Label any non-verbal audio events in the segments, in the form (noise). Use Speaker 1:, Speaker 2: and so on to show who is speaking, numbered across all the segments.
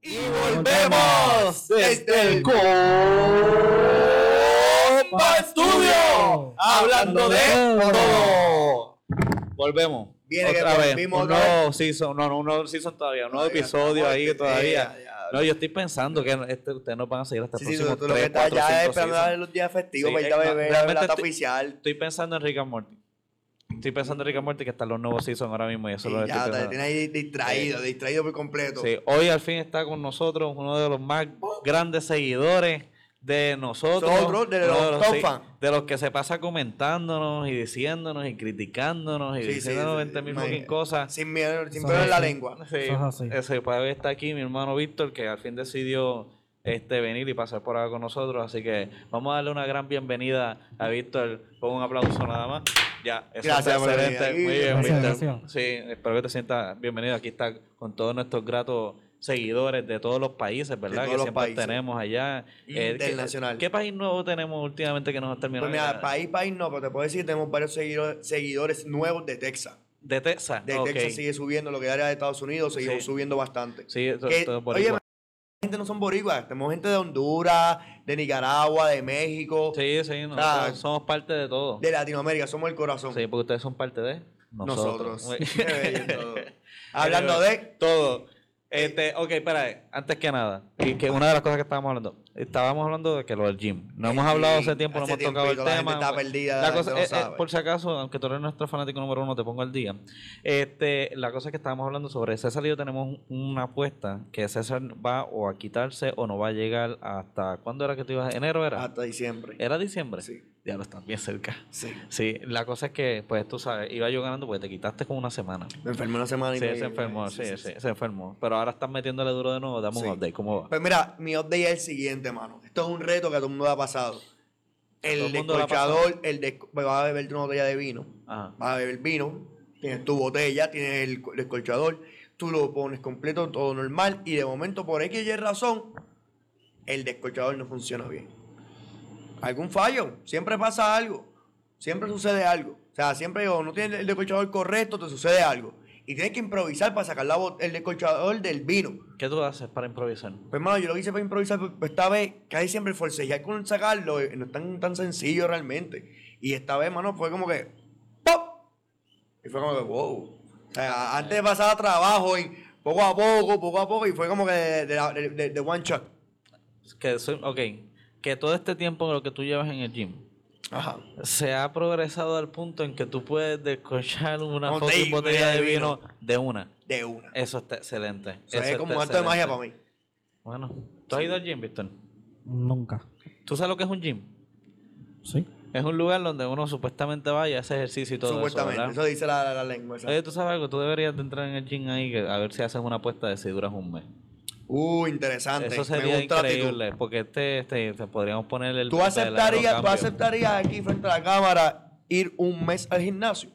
Speaker 1: Y volvemos desde el Compa Estudio, hablando de todo. Volvemos.
Speaker 2: Viene que
Speaker 1: otra vez.
Speaker 2: volvimos
Speaker 1: Un
Speaker 2: otra vez.
Speaker 1: nuevo season, no, no, un nuevo season todavía, un nuevo
Speaker 2: Todavía,
Speaker 1: episodio
Speaker 2: estamos
Speaker 1: ahí que
Speaker 2: aquí.
Speaker 1: todavía.
Speaker 2: Sí, ya, ya.
Speaker 1: No, yo estoy pensando que este, ustedes no van a seguir hasta el
Speaker 2: Sí, sí,
Speaker 1: próximo
Speaker 2: tú, tú lo que
Speaker 1: 3,
Speaker 2: estás
Speaker 1: 4,
Speaker 2: ya
Speaker 1: 5
Speaker 2: esperando
Speaker 1: season.
Speaker 2: a los días festivos
Speaker 1: Sí,
Speaker 2: para ir
Speaker 1: eh,
Speaker 2: a
Speaker 1: no,
Speaker 2: beber, a ver la
Speaker 1: realmente
Speaker 2: plata
Speaker 1: estoy-
Speaker 2: oficial.
Speaker 1: Estoy pensando en Rick and Morty. Estoy pensando en Rick and Morty que están los nuevos season ahora mismo y eso
Speaker 2: Y
Speaker 1: es lo que
Speaker 2: ya,
Speaker 1: estoy
Speaker 2: te
Speaker 1: pensando.
Speaker 2: tienes ahí distraído, distraído por completo.
Speaker 1: Sí, hoy al fin está con nosotros uno de los más grandes seguidores de nosotros.
Speaker 2: Nosotros, de
Speaker 1: uno
Speaker 2: los top
Speaker 1: sí,
Speaker 2: fan.
Speaker 1: de los que se pasa comentándonos y diciéndonos y criticándonos y
Speaker 2: Sí, sí,
Speaker 1: diciéndonos
Speaker 2: sí,
Speaker 1: 20 mil
Speaker 2: imagínate.
Speaker 1: fucking cosas.
Speaker 2: Sin miedo, sin
Speaker 3: Eso
Speaker 2: pelo
Speaker 3: es
Speaker 2: en la
Speaker 3: así.
Speaker 2: lengua.
Speaker 1: Sí,
Speaker 3: Eso es así.
Speaker 1: ese para ver está aquí mi hermano Víctor que al fin decidió este venir y pasar por acá con nosotros, así que vamos a darle una gran bienvenida a Víctor con un aplauso nada más. Ya, eso
Speaker 2: Gracias
Speaker 1: es
Speaker 2: por venir
Speaker 1: excelente.
Speaker 2: aquí.
Speaker 1: Muy bien,
Speaker 3: Gracias,
Speaker 1: Víctor.
Speaker 3: gracias.
Speaker 1: Sí, espero que te sientas bienvenido. Aquí está con todos nuestros gratos seguidores de todos los países, ¿verdad?
Speaker 2: todos
Speaker 1: que
Speaker 2: los
Speaker 1: siempre
Speaker 2: países.
Speaker 1: tenemos allá. Eh,
Speaker 2: Internacional.
Speaker 1: ¿qué, qué país nuevo tenemos últimamente que nos
Speaker 2: Pues
Speaker 1: terminado?
Speaker 2: mira, país, país no, pero te puedo decir que tenemos varios seguidores, seguidores nuevos de Texas.
Speaker 1: de Texas.
Speaker 2: De
Speaker 1: ok.
Speaker 2: Texas sigue subiendo, lo que era de Estados Unidos seguimos
Speaker 1: Sí.
Speaker 2: subiendo bastante.
Speaker 1: Sí, eso-
Speaker 2: Que,
Speaker 1: todo por
Speaker 2: oye,
Speaker 1: igual.
Speaker 2: la gente no son boricuas, tenemos gente de Honduras, de Nicaragua, de México,
Speaker 1: Sí, sí, nosotros
Speaker 2: Ah.
Speaker 1: somos parte de todo.
Speaker 2: de Latinoamérica, somos el corazón.
Speaker 1: Sí, porque ustedes son parte de nosotros.
Speaker 2: nosotros.
Speaker 1: Muy-
Speaker 2: Qué bello todo. Hablando de...
Speaker 1: todo. (laughs) Este, ok, espera, antes que nada, y que una de las cosas que estábamos hablando, estábamos hablando de que lo del gym. No hemos
Speaker 2: Sí,
Speaker 1: hablado hace tiempo, no
Speaker 2: hace
Speaker 1: hemos tocado el
Speaker 2: tiempito,
Speaker 1: tema.
Speaker 2: la gente está perdida,
Speaker 1: La
Speaker 2: la gente
Speaker 1: cosa,
Speaker 2: no
Speaker 1: eh, eh,
Speaker 2: sabe.
Speaker 1: por si acaso, aunque tú eres nuestro fanático número uno, te pongo al día. Este, la cosa es que estábamos hablando sobre César y yo tenemos una apuesta que César va o a quitarse o no va a llegar hasta ¿cuándo era que tú ibas? ¿Enero era?
Speaker 2: Hasta diciembre.
Speaker 1: ¿Era diciembre?
Speaker 2: Ah, Sí,
Speaker 1: Ya lo están bien cerca.
Speaker 2: sí.
Speaker 1: Sí, la cosa es que, pues tú sabes, iba yo ganando porque te quitaste con una semana.
Speaker 2: Me enfermé una semana y
Speaker 1: Sí,
Speaker 2: me-
Speaker 1: se enfermó, sí, sí, se enfermó. Pero ahora estás metiéndole duro de nuevo, dame
Speaker 2: Sí.
Speaker 1: un update, ¿cómo va?
Speaker 2: Pues mira, mi update es el siguiente, mano. Esto es un reto que a todo el mundo le ha pasado.
Speaker 1: todo
Speaker 2: El
Speaker 1: el mundo le ha
Speaker 2: descorchador, el desco- pues, va a beber una botella de vino,
Speaker 1: Ajá.
Speaker 2: vas a beber vino, tienes tu botella, tienes el co- descorchador, tú lo pones completo, todo normal, y de momento, por X y Y razón, el descorchador no funciona bien. Algún fallo, siempre pasa algo, siempre sucede algo. O sea, siempre digo, no tienes el descorchador correcto, te sucede algo. Y tienes que improvisar para sacar la bo- el descorchador del vino.
Speaker 1: ¿Qué tú haces para improvisar?
Speaker 2: Pues, hermano, yo lo que hice para improvisar, pues, pues, esta vez, casi siempre forcejear con sacarlo, eh, no es tan, tan sencillo realmente. Y esta vez, hermano, fue como que ¡pop! Y fue como que ¡wow! O sea, antes pasaba trabajo y poco a poco, poco a poco, y fue como que de, de la- de- de- de one shot.
Speaker 1: Que soy, ok, que todo este tiempo lo que tú llevas en el gym
Speaker 2: Ajá.
Speaker 1: se ha progresado al punto en que tú puedes descochar una
Speaker 2: Botella
Speaker 1: fucking
Speaker 2: y
Speaker 1: botella
Speaker 2: media
Speaker 1: de
Speaker 2: de
Speaker 1: vino, de una.
Speaker 2: De una.
Speaker 1: Eso está excelente.
Speaker 2: O sea,
Speaker 1: Eso
Speaker 2: es como un
Speaker 1: está
Speaker 2: acto de magia para
Speaker 1: excelente.
Speaker 2: mí.
Speaker 1: Bueno, ¿tú has ido al gym, Víctor?
Speaker 3: Nunca.
Speaker 1: ¿Tú sabes lo que es un gym?
Speaker 3: Sí.
Speaker 1: Es un lugar donde uno supuestamente va y hace ejercicio y todo
Speaker 2: Supuestamente.
Speaker 1: eso,
Speaker 2: Eso,
Speaker 1: ¿verdad? Eh,
Speaker 2: dice la, la- la lengua. esa.
Speaker 1: Oye, tú sabes algo, tú deberías de entrar en el gym ahí que- a ver si haces una apuesta de si duras un mes.
Speaker 2: Uh, interesante.
Speaker 1: Eso
Speaker 2: Me
Speaker 1: sería
Speaker 2: gusta la actitud.
Speaker 1: increíble, porque este, este, te podríamos poner el...
Speaker 2: ¿Tú
Speaker 1: de la-
Speaker 2: aceptarías,
Speaker 1: los
Speaker 2: ¿Tú
Speaker 1: cambios.
Speaker 2: aceptarías aquí frente a la cámara ir un mes al
Speaker 1: (laughs)
Speaker 2: gimnasio?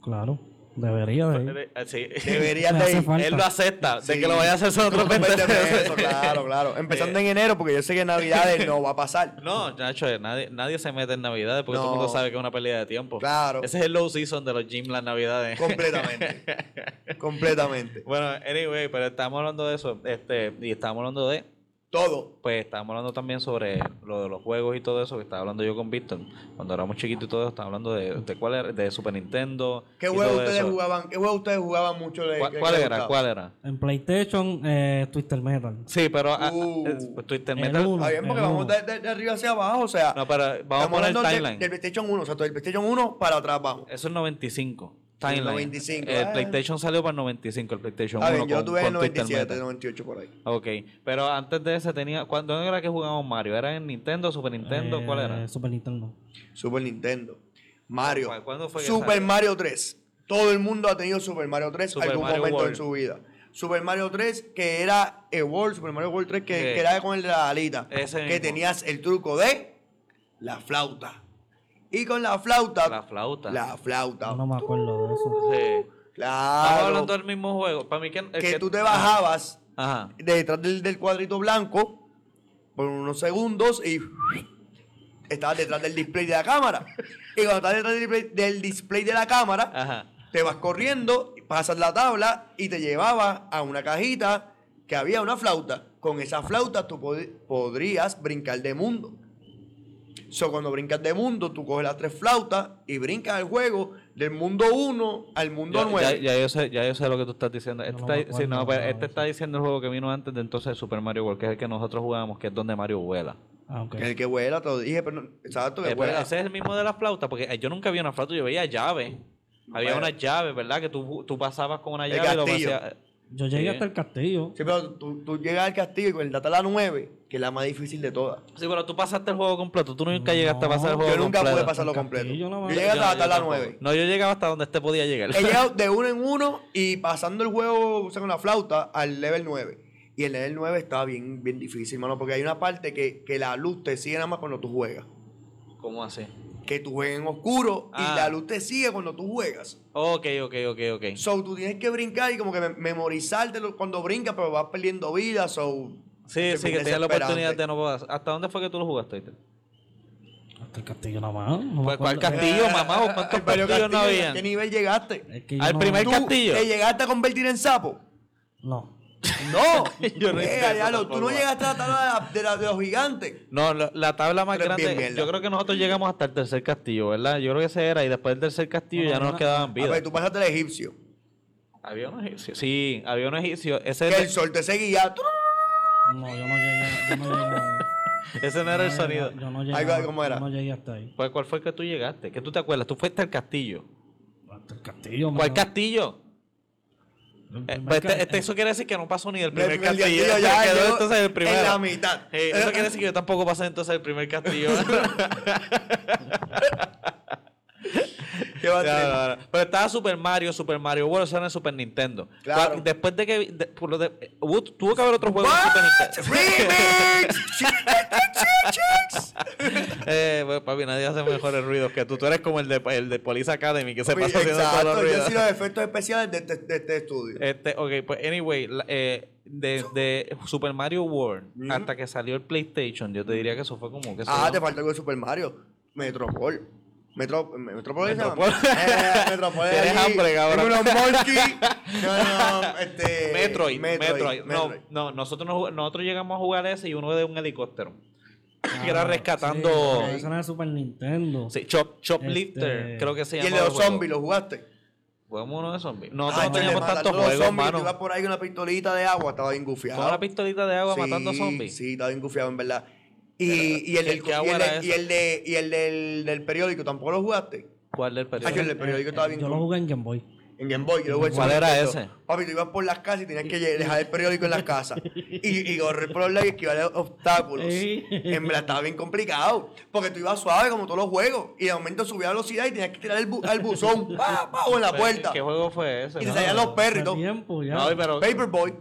Speaker 3: Claro. Debería de ir.
Speaker 1: Eh, sí. (laughs)
Speaker 2: Deberías
Speaker 3: Me
Speaker 2: de
Speaker 3: hace
Speaker 2: ir.
Speaker 3: falta.
Speaker 1: Él lo acepta, de
Speaker 2: Sí.
Speaker 1: que lo vaya a hacer son otros 20
Speaker 2: pesos,
Speaker 1: (laughs) pesos.
Speaker 2: claro, claro. Empezando en enero, porque yo sé que Navidades no va a pasar.
Speaker 1: No, Nacho, eh, nadie, nadie se mete en Navidades porque todo el
Speaker 2: No.
Speaker 1: mundo sabe que es una pérdida de tiempo.
Speaker 2: Claro.
Speaker 1: (laughs) Ese es el low season de los gym las Navidades.
Speaker 2: (laughs) Completamente. completamente.
Speaker 1: bueno, anyway, pero estábamos hablando de eso, este, y estábamos hablando de
Speaker 2: Todo.
Speaker 1: pues estábamos hablando también sobre lo de los juegos y todo eso que estaba hablando yo con Víctor cuando éramos chiquitos y todo estaba hablando de, de cuál era, de Super Nintendo
Speaker 2: ¿Qué
Speaker 1: y
Speaker 2: juego
Speaker 1: todo
Speaker 2: ustedes
Speaker 1: eso.
Speaker 2: jugaban? ¿Qué juego ustedes jugaban mucho? de-
Speaker 1: ¿Cuál,
Speaker 2: que-
Speaker 1: cuál
Speaker 2: que les
Speaker 1: era?
Speaker 2: gustaba?
Speaker 1: ¿Cuál era?
Speaker 3: En PlayStation, eh, Twister Metal.
Speaker 1: Sí, pero ah, ah,
Speaker 2: Uh,
Speaker 1: es- pues, Twister
Speaker 3: el
Speaker 1: Metal.
Speaker 3: uno.
Speaker 2: Está bien, porque
Speaker 3: El
Speaker 2: vamos
Speaker 3: uno.
Speaker 2: de, de- de arriba hacia abajo, o sea,
Speaker 1: No, pero vamos a
Speaker 2: estamos
Speaker 1: poner
Speaker 2: hablando del-
Speaker 1: timeline.
Speaker 2: del PlayStation 1, o sea, del PlayStation 1 para atrás vamos.
Speaker 1: Eso es 95. Timeline.
Speaker 2: 95,
Speaker 1: El
Speaker 2: ah.
Speaker 1: PlayStation salió para el 95, el PlayStation
Speaker 2: Está
Speaker 1: 1
Speaker 2: bien, yo
Speaker 1: con-
Speaker 2: tuve el
Speaker 1: con Twister
Speaker 2: 97,
Speaker 1: Metal.
Speaker 2: 98 por ahí.
Speaker 1: Ok, pero antes de ese tenía... ¿cuándo era que jugábamos Mario? ¿Era en Nintendo, Super Nintendo? ¿Cuál
Speaker 3: Eh,
Speaker 1: era?
Speaker 3: Super Nintendo.
Speaker 2: Super Nintendo. Mario.
Speaker 1: ¿Cu- cuándo fue que
Speaker 2: Super
Speaker 1: salió?
Speaker 2: Mario 3. Todo el mundo ha tenido Super Mario 3 en
Speaker 1: Super
Speaker 2: algún
Speaker 1: Mario
Speaker 2: momento
Speaker 1: World.
Speaker 2: en su vida. Super Mario 3, que era el World, Super Mario World 3, que,
Speaker 1: Sí.
Speaker 2: que era con el de la alita.
Speaker 1: Ese
Speaker 2: que
Speaker 1: mismo.
Speaker 2: tenías el truco de la flauta. Y con la flauta.
Speaker 1: La flauta.
Speaker 2: La
Speaker 1: Ah.
Speaker 2: flauta.
Speaker 3: No me acuerdo de eso.
Speaker 1: Sí. Estamos
Speaker 2: Claro.
Speaker 1: hablando del mismo juego. Para mí que... el
Speaker 2: Que tú te bajabas
Speaker 1: Ajá.
Speaker 2: detrás del, del cuadrito blanco por unos segundos y estabas detrás del display de la cámara. Y cuando estás detrás del display, del display de la cámara,
Speaker 1: Ajá.
Speaker 2: te vas corriendo, pasas la tabla y te llevaba a una cajita que había una flauta. Con esa flauta tú pod- podrías brincar de mundo. So, cuando brincas de mundo, tú coges las tres flautas y brincas al juego del mundo 1 al mundo
Speaker 1: Ya,
Speaker 2: 9.
Speaker 1: ya- ya yo sé, ya yo sé lo que tú estás diciendo. Este,
Speaker 3: No
Speaker 1: está,
Speaker 3: me
Speaker 1: di- sí,
Speaker 3: acuerdo,
Speaker 1: no, pero
Speaker 3: no,
Speaker 1: este
Speaker 3: no
Speaker 1: está
Speaker 3: sé.
Speaker 1: diciendo el juego que vino antes de entonces de Super Mario World, que es el que nosotros jugábamos, que es donde Mario vuela.
Speaker 3: Ah, ok.
Speaker 2: El que vuela, te lo dije, pero no, exacto,
Speaker 1: Eh,
Speaker 2: que
Speaker 1: pero
Speaker 2: vuela.
Speaker 1: ese es el mismo de la flauta, porque eh, yo nunca vi una flauta, yo veía llave. Había
Speaker 2: Bueno.
Speaker 1: unas llaves, ¿verdad? Que tú, tú pasabas con una
Speaker 2: El
Speaker 1: llave y lo
Speaker 2: castillo.
Speaker 1: hacías-
Speaker 3: Yo llegué
Speaker 1: Sí.
Speaker 3: hasta el castillo.
Speaker 2: Sí, pero tú, tú llegas al castillo y con el data la 9, que es la más difícil de todas.
Speaker 1: Sí, pero tú pasaste el juego completo, tú nunca llegaste a pasar el
Speaker 3: No.
Speaker 1: juego
Speaker 2: Yo nunca
Speaker 1: completo.
Speaker 2: pude pasarlo
Speaker 3: El
Speaker 2: completo.
Speaker 3: castillo, la
Speaker 2: Yo
Speaker 3: madre.
Speaker 2: llegué
Speaker 1: Yo no,
Speaker 2: hasta, hasta
Speaker 1: yo
Speaker 2: la
Speaker 1: tampoco. (laughs)
Speaker 2: 9.
Speaker 1: No, yo llegaba hasta donde este podía llegar.
Speaker 2: He llegado de uno en uno y pasando el juego o sea, con la flauta al level 9. Y el level 9 está bien, bien difícil, mano, porque hay una parte que, que la luz te sigue nada más cuando tú juegas.
Speaker 1: (laughs) ¿Cómo así?
Speaker 2: Que tú juegas en oscuro
Speaker 1: Ah.
Speaker 2: y la luz te sigue cuando tú juegas.
Speaker 1: Ok, ok, ok, ok.
Speaker 2: So, tú tienes que brincar y como que me- memorizártelo cuando brincas, pero vas perdiendo vida. So,
Speaker 1: Sí,
Speaker 2: es
Speaker 1: sí,
Speaker 2: bien
Speaker 1: que tenías la
Speaker 2: desesperante.
Speaker 1: oportunidad de no poder. ¿Hasta dónde fue que tú lo jugaste? Peter?
Speaker 3: Hasta el castillo nada más. No me
Speaker 1: Pues, ¿Cuál
Speaker 3: acuerdo.
Speaker 1: castillo, mamá? ¿O
Speaker 2: Ay,
Speaker 1: ¿Cuántos
Speaker 2: pero
Speaker 1: castillos no
Speaker 2: Castillo, ¿a
Speaker 1: habían?
Speaker 2: ¿Qué nivel llegaste?
Speaker 3: Es que yo
Speaker 1: Al
Speaker 3: no-
Speaker 1: primer
Speaker 2: ¿Tú
Speaker 1: castillo.
Speaker 2: ¿Te llegaste a convertir en sapo?
Speaker 3: No.
Speaker 2: (laughs) No,
Speaker 1: Yo no hice
Speaker 2: Mira,
Speaker 1: eso
Speaker 2: diablo, tú no
Speaker 1: tampoco.
Speaker 2: llegaste a la tabla de, la- de los gigantes.
Speaker 1: No, la, la tabla más
Speaker 2: Pero es bien
Speaker 1: grande.
Speaker 2: mierda.
Speaker 1: Yo creo que nosotros llegamos hasta el tercer castillo, ¿verdad? Yo creo que ese era. Y después del tercer castillo
Speaker 3: No,
Speaker 1: ya no
Speaker 3: no,
Speaker 1: nos
Speaker 3: no.
Speaker 1: quedaban
Speaker 2: A
Speaker 1: vidas.
Speaker 2: ver, tú pasaste al egipcio.
Speaker 1: Había un egipcio. Sí, había un egipcio. Ese,
Speaker 2: Que el sol te seguía.
Speaker 3: No, yo no llegué. Yo no llegué.
Speaker 1: ese (laughs) no era el sonido.
Speaker 3: Yo no llegué.
Speaker 2: Algo- ¿cómo era?
Speaker 3: Yo no llegué hasta ahí.
Speaker 1: Pues, ¿cuál fue el que tú llegaste? ¿Qué tú te acuerdas? Tú fuiste al castillo.
Speaker 3: Hasta el castillo. mano.
Speaker 1: ¿Cuál castillo?
Speaker 3: El
Speaker 1: Eh,
Speaker 3: primer
Speaker 1: pues, este-
Speaker 3: ca-
Speaker 1: este- eso quiere decir que no pasó ni del
Speaker 2: El
Speaker 1: primer,
Speaker 2: primer
Speaker 1: castillo.
Speaker 2: castillo ya
Speaker 1: Se quedó
Speaker 2: llegó
Speaker 1: entonces el primero.
Speaker 2: en la mitad.
Speaker 1: Eh, eso quiere decir que yo tampoco pasé entonces el primer
Speaker 2: (laughs)
Speaker 1: castillo.
Speaker 2: (laughs) ¿Qué va a
Speaker 1: Ya,
Speaker 2: tener?
Speaker 1: ya, ya. Pero estaba Super Mario, Super Mario World, eso era en Super Nintendo.
Speaker 2: Claro.
Speaker 1: Cu- Después de que. vi- de- por lo de- eh, hubo- tuvo que haber otro juego en Super
Speaker 2: What? (laughs)
Speaker 1: Nintendo.
Speaker 2: Remix.
Speaker 1: (laughs) Eh, pues, papi, nadie hace mejores ruidos que tú. Tú eres como el de, el de Police Academy que se pasa haciendo todos los
Speaker 2: Exacto, yo
Speaker 1: ruidos.
Speaker 2: soy los efectos especiales de este, de este estudio.
Speaker 1: Este, ok, pues anyway, la- eh, desde Super Mario World
Speaker 2: Ujú.
Speaker 1: hasta que salió el PlayStation, yo te diría que eso fue como que
Speaker 2: ah, te falta algo de Super Mario. Metropol. Metro, eh, Metropol ¿se llama?
Speaker 1: Metropol.
Speaker 2: Eh, Metropol.
Speaker 1: Tienes
Speaker 2: allí.
Speaker 1: hambre, cabrón.
Speaker 2: Tengo unos
Speaker 1: (laughs)
Speaker 2: Molky. No, no, este.
Speaker 1: Metroid, Metroid. No,
Speaker 2: Metroid.
Speaker 1: no, nosotros, no jug- nosotros llegamos a jugar ese y uno de un helicóptero.
Speaker 3: Ah,
Speaker 1: que este era rescatando.
Speaker 3: sí, pero Eso era de Super Nintendo.
Speaker 1: Sí, Chop, Choplifter,
Speaker 3: Este-
Speaker 1: creo que se
Speaker 2: Y
Speaker 1: llama.
Speaker 2: el de los zombies, ¿lo jugaste?
Speaker 1: Jugamos uno de zombies. Nosotros
Speaker 2: Ah,
Speaker 1: no
Speaker 2: chale,
Speaker 1: teníamos
Speaker 2: matando
Speaker 1: tantos
Speaker 2: los
Speaker 1: juegos,
Speaker 2: zombies,
Speaker 1: mano.
Speaker 2: Tú ibas por ahí con una pistolita de agua, estaba bien gufiado.
Speaker 1: Con una pistolita de agua
Speaker 2: Sí,
Speaker 1: matando zombies.
Speaker 2: Sí, estaba bien gufiado, en verdad. Y, y el, del- y
Speaker 1: ¿qué- qué
Speaker 2: el
Speaker 1: agua
Speaker 2: de-
Speaker 1: era esa?
Speaker 2: y el de, y el del, del periódico, ¿tampoco lo jugaste?
Speaker 1: ¿Cuál del
Speaker 2: Ah, yo el
Speaker 1: periodo?
Speaker 2: del periódico estaba bien
Speaker 3: Yo lo
Speaker 2: gufiado.
Speaker 3: jugué en Game Boy.
Speaker 2: En Game Boy, yo lo jugué en
Speaker 1: ¿Cuál
Speaker 2: Super
Speaker 1: era
Speaker 2: Nintendo.
Speaker 1: ese?
Speaker 2: Papi, tú ibas por las casas y tenías que lle- dejar el periódico en las casas. Y, y correr por los lados y esquivar los obstáculos.
Speaker 3: Ey.
Speaker 2: En verdad, estaba bien complicado. Porque tú ibas suave como todos los juegos. Y de momento subía a velocidad y tenías que tirar el bu- al
Speaker 3: (laughs)
Speaker 2: buzón. pa, pa, o en la puerta.
Speaker 1: ¿Qué juego fue ese?
Speaker 2: Y te
Speaker 1: no?
Speaker 2: salían los perros y
Speaker 3: Hace
Speaker 2: todo.
Speaker 3: tiempo ya.
Speaker 1: No, pero-
Speaker 2: Paperboy.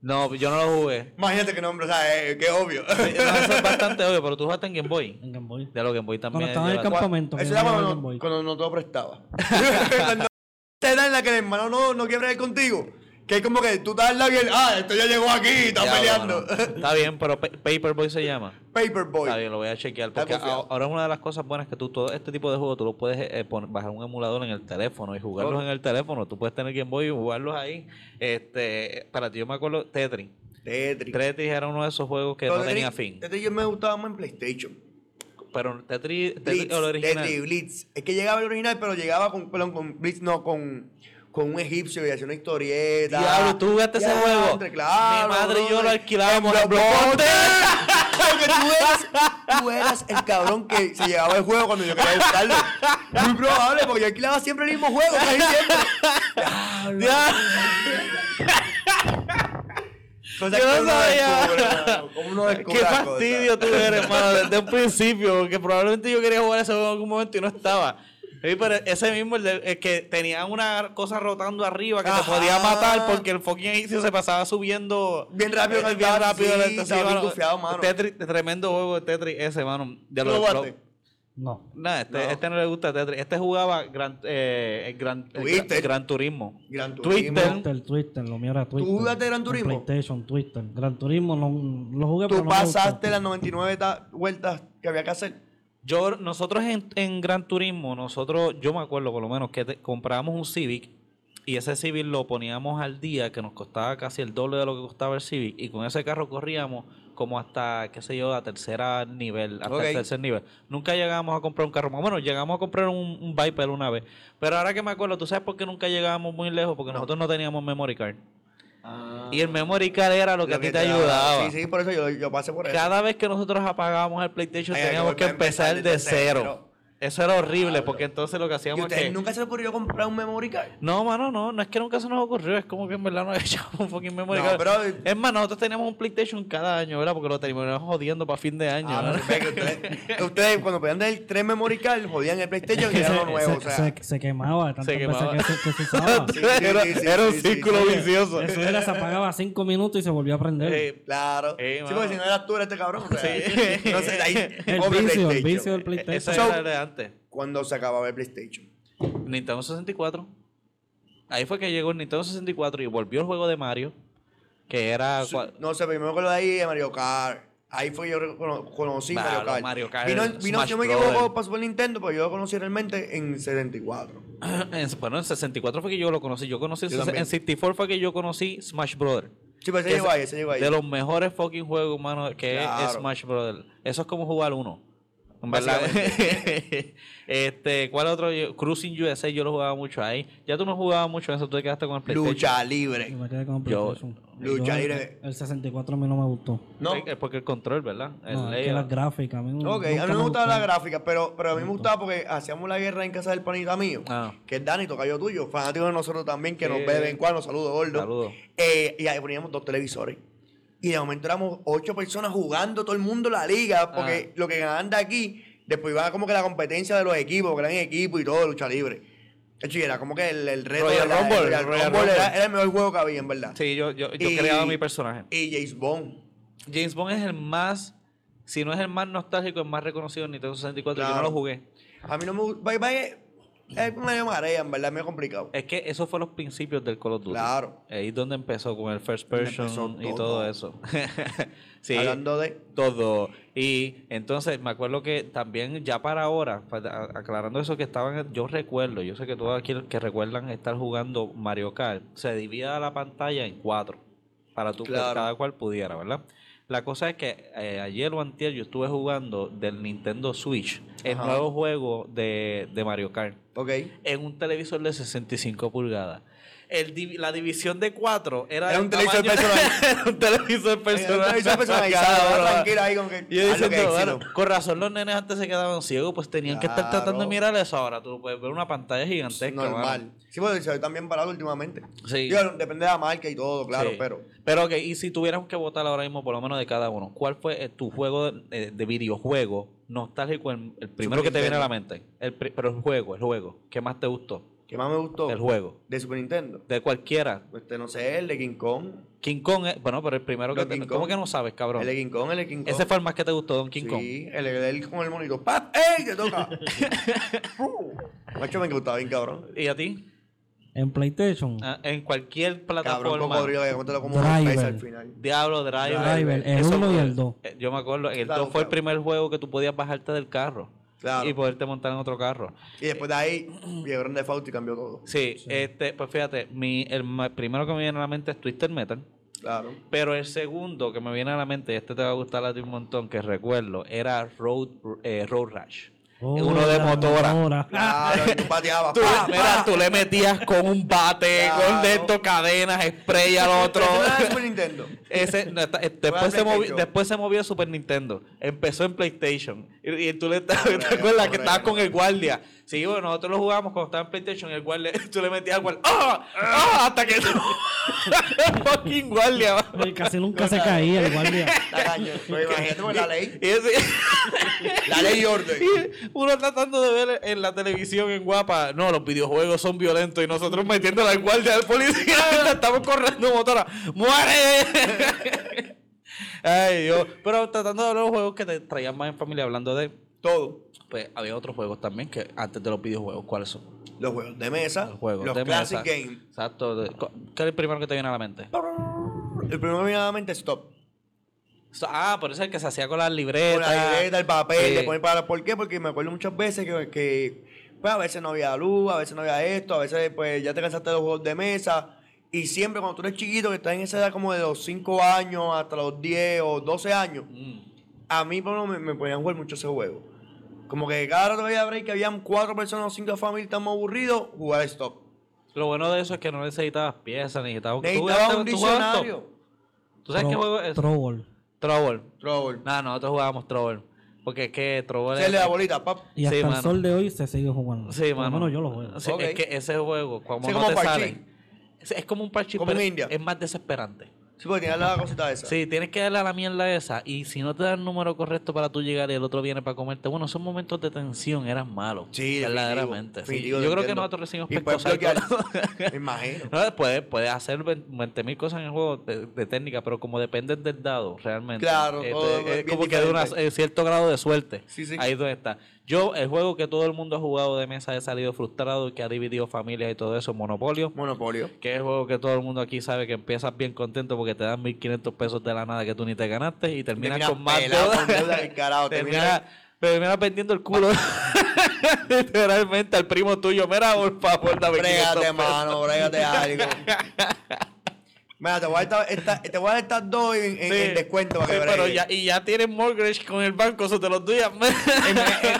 Speaker 1: No, yo no lo jugué.
Speaker 2: Imagínate qué nombre, o sea, eh, qué obvio.
Speaker 1: No, eso es bastante obvio, pero tú jugaste en Game Boy.
Speaker 3: En Game Boy.
Speaker 1: De los Game Boy también.
Speaker 3: estaba en el
Speaker 2: (laughs)
Speaker 1: lleva-
Speaker 3: campo- campamento, que
Speaker 2: Eso
Speaker 3: yo
Speaker 2: era
Speaker 3: no
Speaker 2: cuando,
Speaker 3: era Game Boy.
Speaker 2: cuando no te lo prestaba. (laughs) cuando te dan la que el hermano no, no quiere ir contigo. Que es como que tú te das la bien. Ah, esto ya llegó aquí, está
Speaker 1: Ya,
Speaker 2: peleando.
Speaker 1: bueno, Está bien, pero Pa- Paperboy se llama.
Speaker 2: Paperboy.
Speaker 1: Está bien, lo voy a chequear. Porque
Speaker 2: Está confiado.
Speaker 1: a- ahora una de las cosas buenas es que tú todo este tipo de juegos tú lo puedes eh, pon- bajar un emulador en el teléfono y jugarlos
Speaker 2: Claro.
Speaker 1: en el teléfono. Tú puedes tener Game Boy y jugarlos ahí. Este, para ti yo me acuerdo Tetris.
Speaker 2: Tetris.
Speaker 1: Tetris era uno de esos juegos que
Speaker 2: Pero
Speaker 1: no
Speaker 2: Tetris-
Speaker 1: tenía fin.
Speaker 2: Tetris yo me gustaba más en PlayStation.
Speaker 1: Pero Tetris, Tetris
Speaker 2: Blitz,
Speaker 1: el original.
Speaker 2: Tetris, Blitz. Es que llegaba el original, pero llegaba con, perdón, con Blitz, no, con, con un egipcio y hacía una historieta.
Speaker 1: Diablo, tú jugaste ese
Speaker 2: Diantre,
Speaker 1: juego.
Speaker 2: claro,
Speaker 1: Mi madre y yo lo
Speaker 2: brother.
Speaker 1: alquilábamos
Speaker 2: En
Speaker 1: en Blockbuster.
Speaker 2: (laughs) Porque tú eras, tú eras el cabrón que se llevaba el juego cuando yo quería buscarlo. Muy probable, porque yo alquilaba siempre el mismo juego, casi siempre. Diablo. Cosas
Speaker 1: Yo
Speaker 2: que
Speaker 1: no
Speaker 2: uno
Speaker 1: sabía.
Speaker 2: descubre, hermano, cómo uno descubre
Speaker 1: Qué
Speaker 2: las
Speaker 1: fastidio
Speaker 2: cosas.
Speaker 1: tú eres, hermano, desde un principio, porque probablemente yo quería jugar ese juego en algún momento y no estaba. Sí, pero ese mismo, el, de- el que tenía una cosa rotando arriba que te
Speaker 2: Ajá.
Speaker 1: podía matar porque el fucking egipcio se pasaba subiendo
Speaker 2: Bien rápido en
Speaker 1: eh,
Speaker 2: el
Speaker 1: bien
Speaker 2: bar,
Speaker 1: rápido.
Speaker 2: sí,
Speaker 1: en el-
Speaker 2: estaba bien
Speaker 1: mano,
Speaker 2: gufiado, mano.
Speaker 1: Tetris, tremendo juego de Tetris ese, mano. Ya
Speaker 2: ¿Tú lo
Speaker 1: lo- lo-
Speaker 2: jugaste?
Speaker 3: No.
Speaker 1: Nah, este,
Speaker 2: No.
Speaker 1: este no le gusta Tetris. Este jugaba Gran, eh, el gran, el gran,
Speaker 2: Twister.
Speaker 1: Gran Turismo.
Speaker 2: Gran
Speaker 1: Twister.
Speaker 2: Turismo.
Speaker 3: Twister, Twister, lo mío era Twister.
Speaker 2: jugaste Gran
Speaker 3: En
Speaker 2: Turismo?
Speaker 3: PlayStation, Twister. Gran Turismo lo, lo jugué pero
Speaker 2: Tú
Speaker 3: no me gustó.
Speaker 2: pasaste las 99 ta- vueltas que había que hacer.
Speaker 1: Yo, nosotros en, en Gran Turismo, nosotros, yo me acuerdo por lo menos que te- comprábamos un Civic Y ese Civic lo poníamos al día, que nos costaba casi el doble de lo que costaba el Civic. Y con ese carro corríamos como hasta, qué sé yo, a tercera nivel, hasta
Speaker 2: Ok.
Speaker 1: el tercer nivel. Nunca llegábamos a comprar un carro más. Bueno, llegamos a comprar un, un Viper una vez. Pero ahora que me acuerdo, ¿tú sabes por qué nunca llegábamos muy lejos? Porque nosotros no teníamos memory card. Y el memory card era lo que a ti te,
Speaker 2: daba.
Speaker 1: ayudaba.
Speaker 2: Sí, sí, por eso yo, yo pasé por eso.
Speaker 1: Cada vez que nosotros apagábamos el PlayStation
Speaker 2: Había que
Speaker 1: teníamos que
Speaker 2: volver a
Speaker 1: empezar de cero. Eso era horrible,
Speaker 2: Diablo.
Speaker 1: porque entonces lo que
Speaker 2: ¿Y
Speaker 1: hacíamos es
Speaker 2: ustedes
Speaker 1: que...
Speaker 2: nunca se les ocurrió comprar un memory card?
Speaker 1: No, mano, no, no es que nunca se nos ocurrió, es como que en verdad nos (laughs) echamos un fucking memory
Speaker 2: No,
Speaker 1: card.
Speaker 2: pero-
Speaker 1: Es más, nosotros teníamos un PlayStation cada año, ¿verdad? Porque lo terminábamos jodiendo para fin de año.
Speaker 2: Ah,
Speaker 1: ¿verdad?
Speaker 2: no, sé, que ustedes,
Speaker 1: (laughs)
Speaker 2: ustedes cuando podían tener tres memory card, jodían el PlayStation y era lo nuevo.
Speaker 3: se,
Speaker 2: o sea,
Speaker 3: se- se quemaba de tantas
Speaker 1: Se
Speaker 3: veces
Speaker 1: quemaba.
Speaker 3: que se, que
Speaker 2: (laughs)
Speaker 3: se usaba.
Speaker 2: Sí, sí,
Speaker 1: (laughs) era,
Speaker 2: sí, sí,
Speaker 1: era un
Speaker 2: sí, sí,
Speaker 1: círculo
Speaker 2: sí.
Speaker 1: vicioso.
Speaker 3: Eso era, se apagaba cinco minutos y se volvió a prender.
Speaker 1: Eh,
Speaker 2: Claro.
Speaker 1: Eh,
Speaker 2: sí,
Speaker 1: mano.
Speaker 2: porque si no eras tú, era este cabrón. o sea, (laughs)
Speaker 1: Sí.
Speaker 2: No sé, ahí.
Speaker 3: el
Speaker 2: pobre
Speaker 3: vicio,
Speaker 2: PlayStation.
Speaker 3: el vicio
Speaker 1: eh,
Speaker 3: del
Speaker 1: Eso
Speaker 3: PlayStation.
Speaker 2: eh, So-
Speaker 1: era de antes.
Speaker 2: Cuando se acababa el PlayStation.
Speaker 1: Nintendo 64. Ahí fue que llegó el Nintendo 64 y volvió el juego de Mario, que era...
Speaker 2: Sí,
Speaker 1: cua- (clears throat)
Speaker 2: No sé, primero con lo de ahí de Mario Kart. Ahí fue yo recono- conocí
Speaker 1: Claro,
Speaker 2: Mario Kart.
Speaker 1: Mario Kart,
Speaker 2: Vino, vino,
Speaker 1: Smash
Speaker 2: si no me
Speaker 1: Brothers.
Speaker 2: equivoco, para Super Nintendo, pero yo lo conocí realmente en 74.
Speaker 1: En- bueno, en 64 fue que yo lo conocí. Yo conocí
Speaker 2: Yo
Speaker 1: en
Speaker 2: también.
Speaker 1: 64 fue que yo conocí Smash Brothers.
Speaker 2: Sí, pero ese
Speaker 1: Que
Speaker 2: llegó
Speaker 1: es
Speaker 2: ahí, ese llegó ahí.
Speaker 1: De los mejores fucking juegos, mano, que es
Speaker 2: Claro.
Speaker 1: Smash Brothers. Eso es como jugar uno. En ¿Verdad? (laughs) este, ¿cuál otro? Yo- Cruising USA, yo lo jugaba mucho ahí. Ya tú no jugabas mucho en eso, tú te quedaste con el PlayStation.
Speaker 2: Lucha
Speaker 3: Yo
Speaker 2: libre.
Speaker 3: me quedé con el
Speaker 1: Yo-
Speaker 3: PlayStation.
Speaker 2: Lucha
Speaker 3: Yo-
Speaker 2: libre.
Speaker 3: El 64 a mí no me gustó.
Speaker 2: No.
Speaker 1: Es eh, porque el control, ¿verdad? El
Speaker 3: No, es que
Speaker 1: layout.
Speaker 3: las gráficas. A mí no,
Speaker 2: Ok, a mí me gustaba la gráfica, pero, pero a mí me gustaba porque hacíamos la guerra en casa del panita mío,
Speaker 1: Ah.
Speaker 2: que es Dani, tocayo tuyo, fanático de nosotros también, que nos
Speaker 1: Sí.
Speaker 2: ve de vez en cuando, saludos, gordo.
Speaker 1: Saludos.
Speaker 2: Eh, y ahí poníamos dos televisores. Y de momento éramos ocho personas jugando todo el mundo la liga, porque lo que ganaban de aquí, después iba como que la competencia de los equipos, porque eran equipos y todo, lucha libre. De hecho, y era como que el, el reto
Speaker 1: Royal
Speaker 2: de la-
Speaker 1: Rumble,
Speaker 2: Royal
Speaker 1: Royal
Speaker 2: Rumble era-
Speaker 1: Rumble.
Speaker 2: era el mejor juego que había, en verdad.
Speaker 1: Sí, yo, yo, yo
Speaker 2: Y-
Speaker 1: creaba mi personaje.
Speaker 2: Y James Bond.
Speaker 1: James Bond es el más, si no es el más nostálgico, el más reconocido en Nintendo 64. Yo
Speaker 2: Claro.
Speaker 1: no lo jugué.
Speaker 2: A mí no me gusta. Bye bye. Es medio marea, en verdad, es medio complicado.
Speaker 1: Es que esos fueron los principios del Call of Duty.
Speaker 2: Claro.
Speaker 1: Ahí es donde empezó con el first
Speaker 2: Donde
Speaker 1: person
Speaker 2: empezó
Speaker 1: y
Speaker 2: todo.
Speaker 1: todo eso. (laughs) sí,
Speaker 2: Hablando de.
Speaker 1: todo. Y entonces me acuerdo que también ya para ahora, pa- a- aclarando eso que estaban, yo recuerdo, yo sé que todos aquí que recuerdan estar jugando Mario Kart, se divida la pantalla en cuatro para tú que
Speaker 2: Claro.
Speaker 1: cada cual pudiera, ¿verdad? La cosa es que eh, ayer o antier yo estuve jugando del Nintendo Switch, el
Speaker 2: Ajá.
Speaker 1: nuevo juego de, de Mario Kart
Speaker 2: Ok.
Speaker 1: en un televisor de 65 pulgadas. El divi- la división de 4
Speaker 2: (laughs)
Speaker 1: era,
Speaker 2: Era un
Speaker 1: del
Speaker 2: televisor
Speaker 1: tamaño-
Speaker 2: personal.
Speaker 1: era (laughs) un televisor personal.
Speaker 2: Personalizado,
Speaker 1: (laughs)
Speaker 2: personalizado, tranquila ahí con que.
Speaker 1: Y yo
Speaker 2: haz lo que
Speaker 1: diciendo, bueno,
Speaker 2: éxito.
Speaker 1: con razón los nenes antes se quedaban ciegos, pues tenían que estar tratando de
Speaker 2: Claro.
Speaker 1: mirar eso. Ahora tú puedes ver una pantalla gigantesca.
Speaker 2: normal.
Speaker 1: mano.
Speaker 2: Sí, porque se ve también parado últimamente.
Speaker 1: Sí.
Speaker 2: Digo, depende de la marca y todo, claro,
Speaker 1: Sí.
Speaker 2: pero.
Speaker 1: Pero ok, y si tuviéramos que votar ahora mismo por lo menos de cada uno, ¿cuál fue eh, tu juego de, eh, de videojuego nostálgico, el, el primero
Speaker 2: Super
Speaker 1: que te viene a la
Speaker 2: Nintendo.
Speaker 1: mente? El pri- pero el juego, el juego. ¿Qué más te gustó?
Speaker 2: ¿Qué más me gustó?
Speaker 1: El juego.
Speaker 2: De Super Nintendo.
Speaker 1: De cualquiera,
Speaker 2: Este, no sé, el de King Kong.
Speaker 1: King Kong, es- bueno, pero el primero que
Speaker 2: No,
Speaker 1: te,
Speaker 2: King
Speaker 1: ¿Cómo
Speaker 2: Kong.
Speaker 1: que no sabes, cabrón?
Speaker 2: El de King Kong, el de King Kong.
Speaker 1: Ese fue el más que te gustó, Don King Kong.
Speaker 2: Sí, el de él con el monito. ¡Pap! ¡Ey! ¡Te
Speaker 1: (laughs)
Speaker 2: toca! Uh. Macho, me gustaba bien, cabrón.
Speaker 1: ¿Y a ti?
Speaker 3: En PlayStation,
Speaker 1: Ah, en cualquier
Speaker 2: Cabrón,
Speaker 1: plataforma.
Speaker 2: cocodrilo, que te lo como
Speaker 3: Driver.
Speaker 2: un pez al final.
Speaker 1: Diablo, Driver.
Speaker 3: Driver, el
Speaker 1: Eso-
Speaker 3: 1 y el 2.
Speaker 1: eh, Yo me acuerdo, el 2
Speaker 2: Claro,
Speaker 1: fue el
Speaker 2: claro.
Speaker 1: primer juego que tú podías bajarte del carro
Speaker 2: Claro.
Speaker 1: y poderte montar en otro carro.
Speaker 2: Y después de ahí, llegaron de Fauti y cambió todo.
Speaker 1: Sí, este, pues fíjate, mi, el ma- primero que me viene a la mente es Twister Metal. (laughs)
Speaker 2: Claro.
Speaker 1: Pero el segundo que me viene a la mente, y este te va a gustar a ti un montón, que recuerdo, era Road, eh, Road Rash. uno de
Speaker 3: Oh, la
Speaker 2: (laughs)
Speaker 1: motora.
Speaker 2: Claro, y tú pateabas.
Speaker 1: Tú,
Speaker 2: ¡pa!
Speaker 1: mira, tú le metías con un bate,
Speaker 2: Claro.
Speaker 1: con dentro cadenas, spray al
Speaker 2: (laughs)
Speaker 1: otro.
Speaker 2: Pero tú no eras de Super Nintendo.
Speaker 1: Ese, no, está- eh,
Speaker 2: Juega
Speaker 1: después, se movió,
Speaker 2: PlayStation.
Speaker 1: después se movió a Super Nintendo. Empezó en PlayStation. Y, y tú le estabas- ¿te
Speaker 2: Correcto,
Speaker 1: acuerdas que
Speaker 2: correcto.
Speaker 1: estabas con el guardia? Sí, bueno, nosotros lo jugábamos cuando estaba en PlayStation. Y el guardia, (laughs) tú le metías al guardia. ¡Ah! ¡Ah! Hasta que el (laughs) fucking guardia.
Speaker 2: (laughs)
Speaker 1: mano.
Speaker 3: Él casi nunca se caía el guardia.
Speaker 1: (laughs)
Speaker 2: Tacaño, no, Imagínate con la ley.
Speaker 1: Y ese-
Speaker 2: La ley y orden.
Speaker 1: y uno tratando de ver en la televisión en guapa, no, los videojuegos son violentos y nosotros metiendo al guardia al policía,
Speaker 2: Ah.
Speaker 1: (laughs) estamos corriendo motora,
Speaker 2: (laughs)
Speaker 1: muere. Ay, Dios. Pero tratando de hablar de los juegos que te traían más en familia, hablando de todo, pues había otros juegos también que antes de los videojuegos, ¿cuáles son?
Speaker 2: Los juegos de mesa.
Speaker 1: Los juegos
Speaker 2: Los
Speaker 1: de
Speaker 2: classic
Speaker 1: mesa.
Speaker 2: games.
Speaker 1: Exacto. de- co- ¿Qué es el primero que te viene a la mente?
Speaker 2: El primero que me viene a la mente es Stop.
Speaker 1: So- Ah, por eso es el que se hacía con las
Speaker 2: Con
Speaker 1: libretas.
Speaker 2: la libreta, el papel,
Speaker 1: Sí.
Speaker 2: le ponen para. ¿Por qué? Porque me acuerdo muchas veces que, que Pues a veces no había luz, a veces no había esto, a veces pues ya te cansaste de los juegos de mesa. Y siempre cuando tú eres chiquito, que estás en esa edad como de los 5 años hasta los 10 o 12 años, a mí por lo menos me, me ponían a jugar mucho ese juego. Como que cada rato que había break, que habían cuatro personas o cinco familias tan aburridos, jugar stop.
Speaker 1: Lo bueno de eso es que no necesitabas piezas, necesitabas... ¿Tú
Speaker 2: Necesitaba
Speaker 1: jugaste-
Speaker 2: un
Speaker 1: tú jugabas esto?
Speaker 2: diccionario.
Speaker 1: ¿Tú sabes qué juego es?
Speaker 3: Trouble.
Speaker 1: Trouble.
Speaker 2: Trouble.
Speaker 1: No, nosotros jugábamos Trouble. Porque es que Trouble
Speaker 2: Se le da bolita, pap.
Speaker 3: Y
Speaker 1: Sí,
Speaker 3: hasta
Speaker 1: mano.
Speaker 3: el sol de hoy se sigue jugando.
Speaker 1: Sí, mano.
Speaker 3: Bueno, yo lo juego.
Speaker 1: Sí,
Speaker 2: Ok.
Speaker 1: Es que ese juego, cuando
Speaker 2: Sí,
Speaker 1: no
Speaker 2: como
Speaker 1: te
Speaker 2: parchís.
Speaker 1: sale... Es, es como un parchís,
Speaker 2: Como
Speaker 1: pero
Speaker 2: un India.
Speaker 1: es más desesperante.
Speaker 2: Sí, porque tenía la cosita esa.
Speaker 1: Sí, tienes que darle a la mierda esa. Y si no te da el número correcto para tú llegar y el otro viene para comerte, bueno, son momentos de tensión, eran malos.
Speaker 2: Sí, definitivo,
Speaker 1: verdaderamente. sí.
Speaker 2: definitivo,
Speaker 1: Yo
Speaker 2: te
Speaker 1: creo que
Speaker 2: entiendo.
Speaker 1: nosotros recibimos
Speaker 2: Y puedes
Speaker 1: pescosal
Speaker 2: bloquear.
Speaker 1: todo el rato.
Speaker 2: Me imagino.
Speaker 1: No, puedes, puedes hacer 20.000 cosas en el juego de, de técnica, pero como depende del dado, realmente.
Speaker 2: Claro,
Speaker 1: este,
Speaker 2: todo
Speaker 1: es,
Speaker 2: es bien
Speaker 1: como que de una-
Speaker 2: diferente.
Speaker 1: eh, cierto grado de suerte.
Speaker 2: Sí, sí.
Speaker 1: Ahí es donde está. Yo, el juego que todo el mundo ha jugado de mesa, he salido frustrado, que ha dividido familias y todo eso, Monopolio. (laughs)
Speaker 2: Monopolio.
Speaker 1: Que es el juego que todo el mundo aquí sabe que empiezas bien contento porque te dan 1.500 pesos de la nada que tú ni te ganaste y terminas
Speaker 2: Terminas
Speaker 1: con más
Speaker 2: pelado,
Speaker 1: deuda.
Speaker 2: con deuda del carajo,
Speaker 1: (laughs) terminas, terminas vendiendo el culo. (laughs) Literalmente al primo tuyo. Mira, por favor, dame 500
Speaker 2: Brégate,
Speaker 1: pesos.
Speaker 2: mano, brégate
Speaker 1: (laughs)
Speaker 2: algo. Mira, te voy a dar, esta- esta- te voy a dar estas dos en, en-
Speaker 1: Sí,
Speaker 2: en descuento para que
Speaker 1: sí, pero
Speaker 2: bregues.
Speaker 1: ya, y ya tienes mortgage con el banco, (laughs) eso te los doy a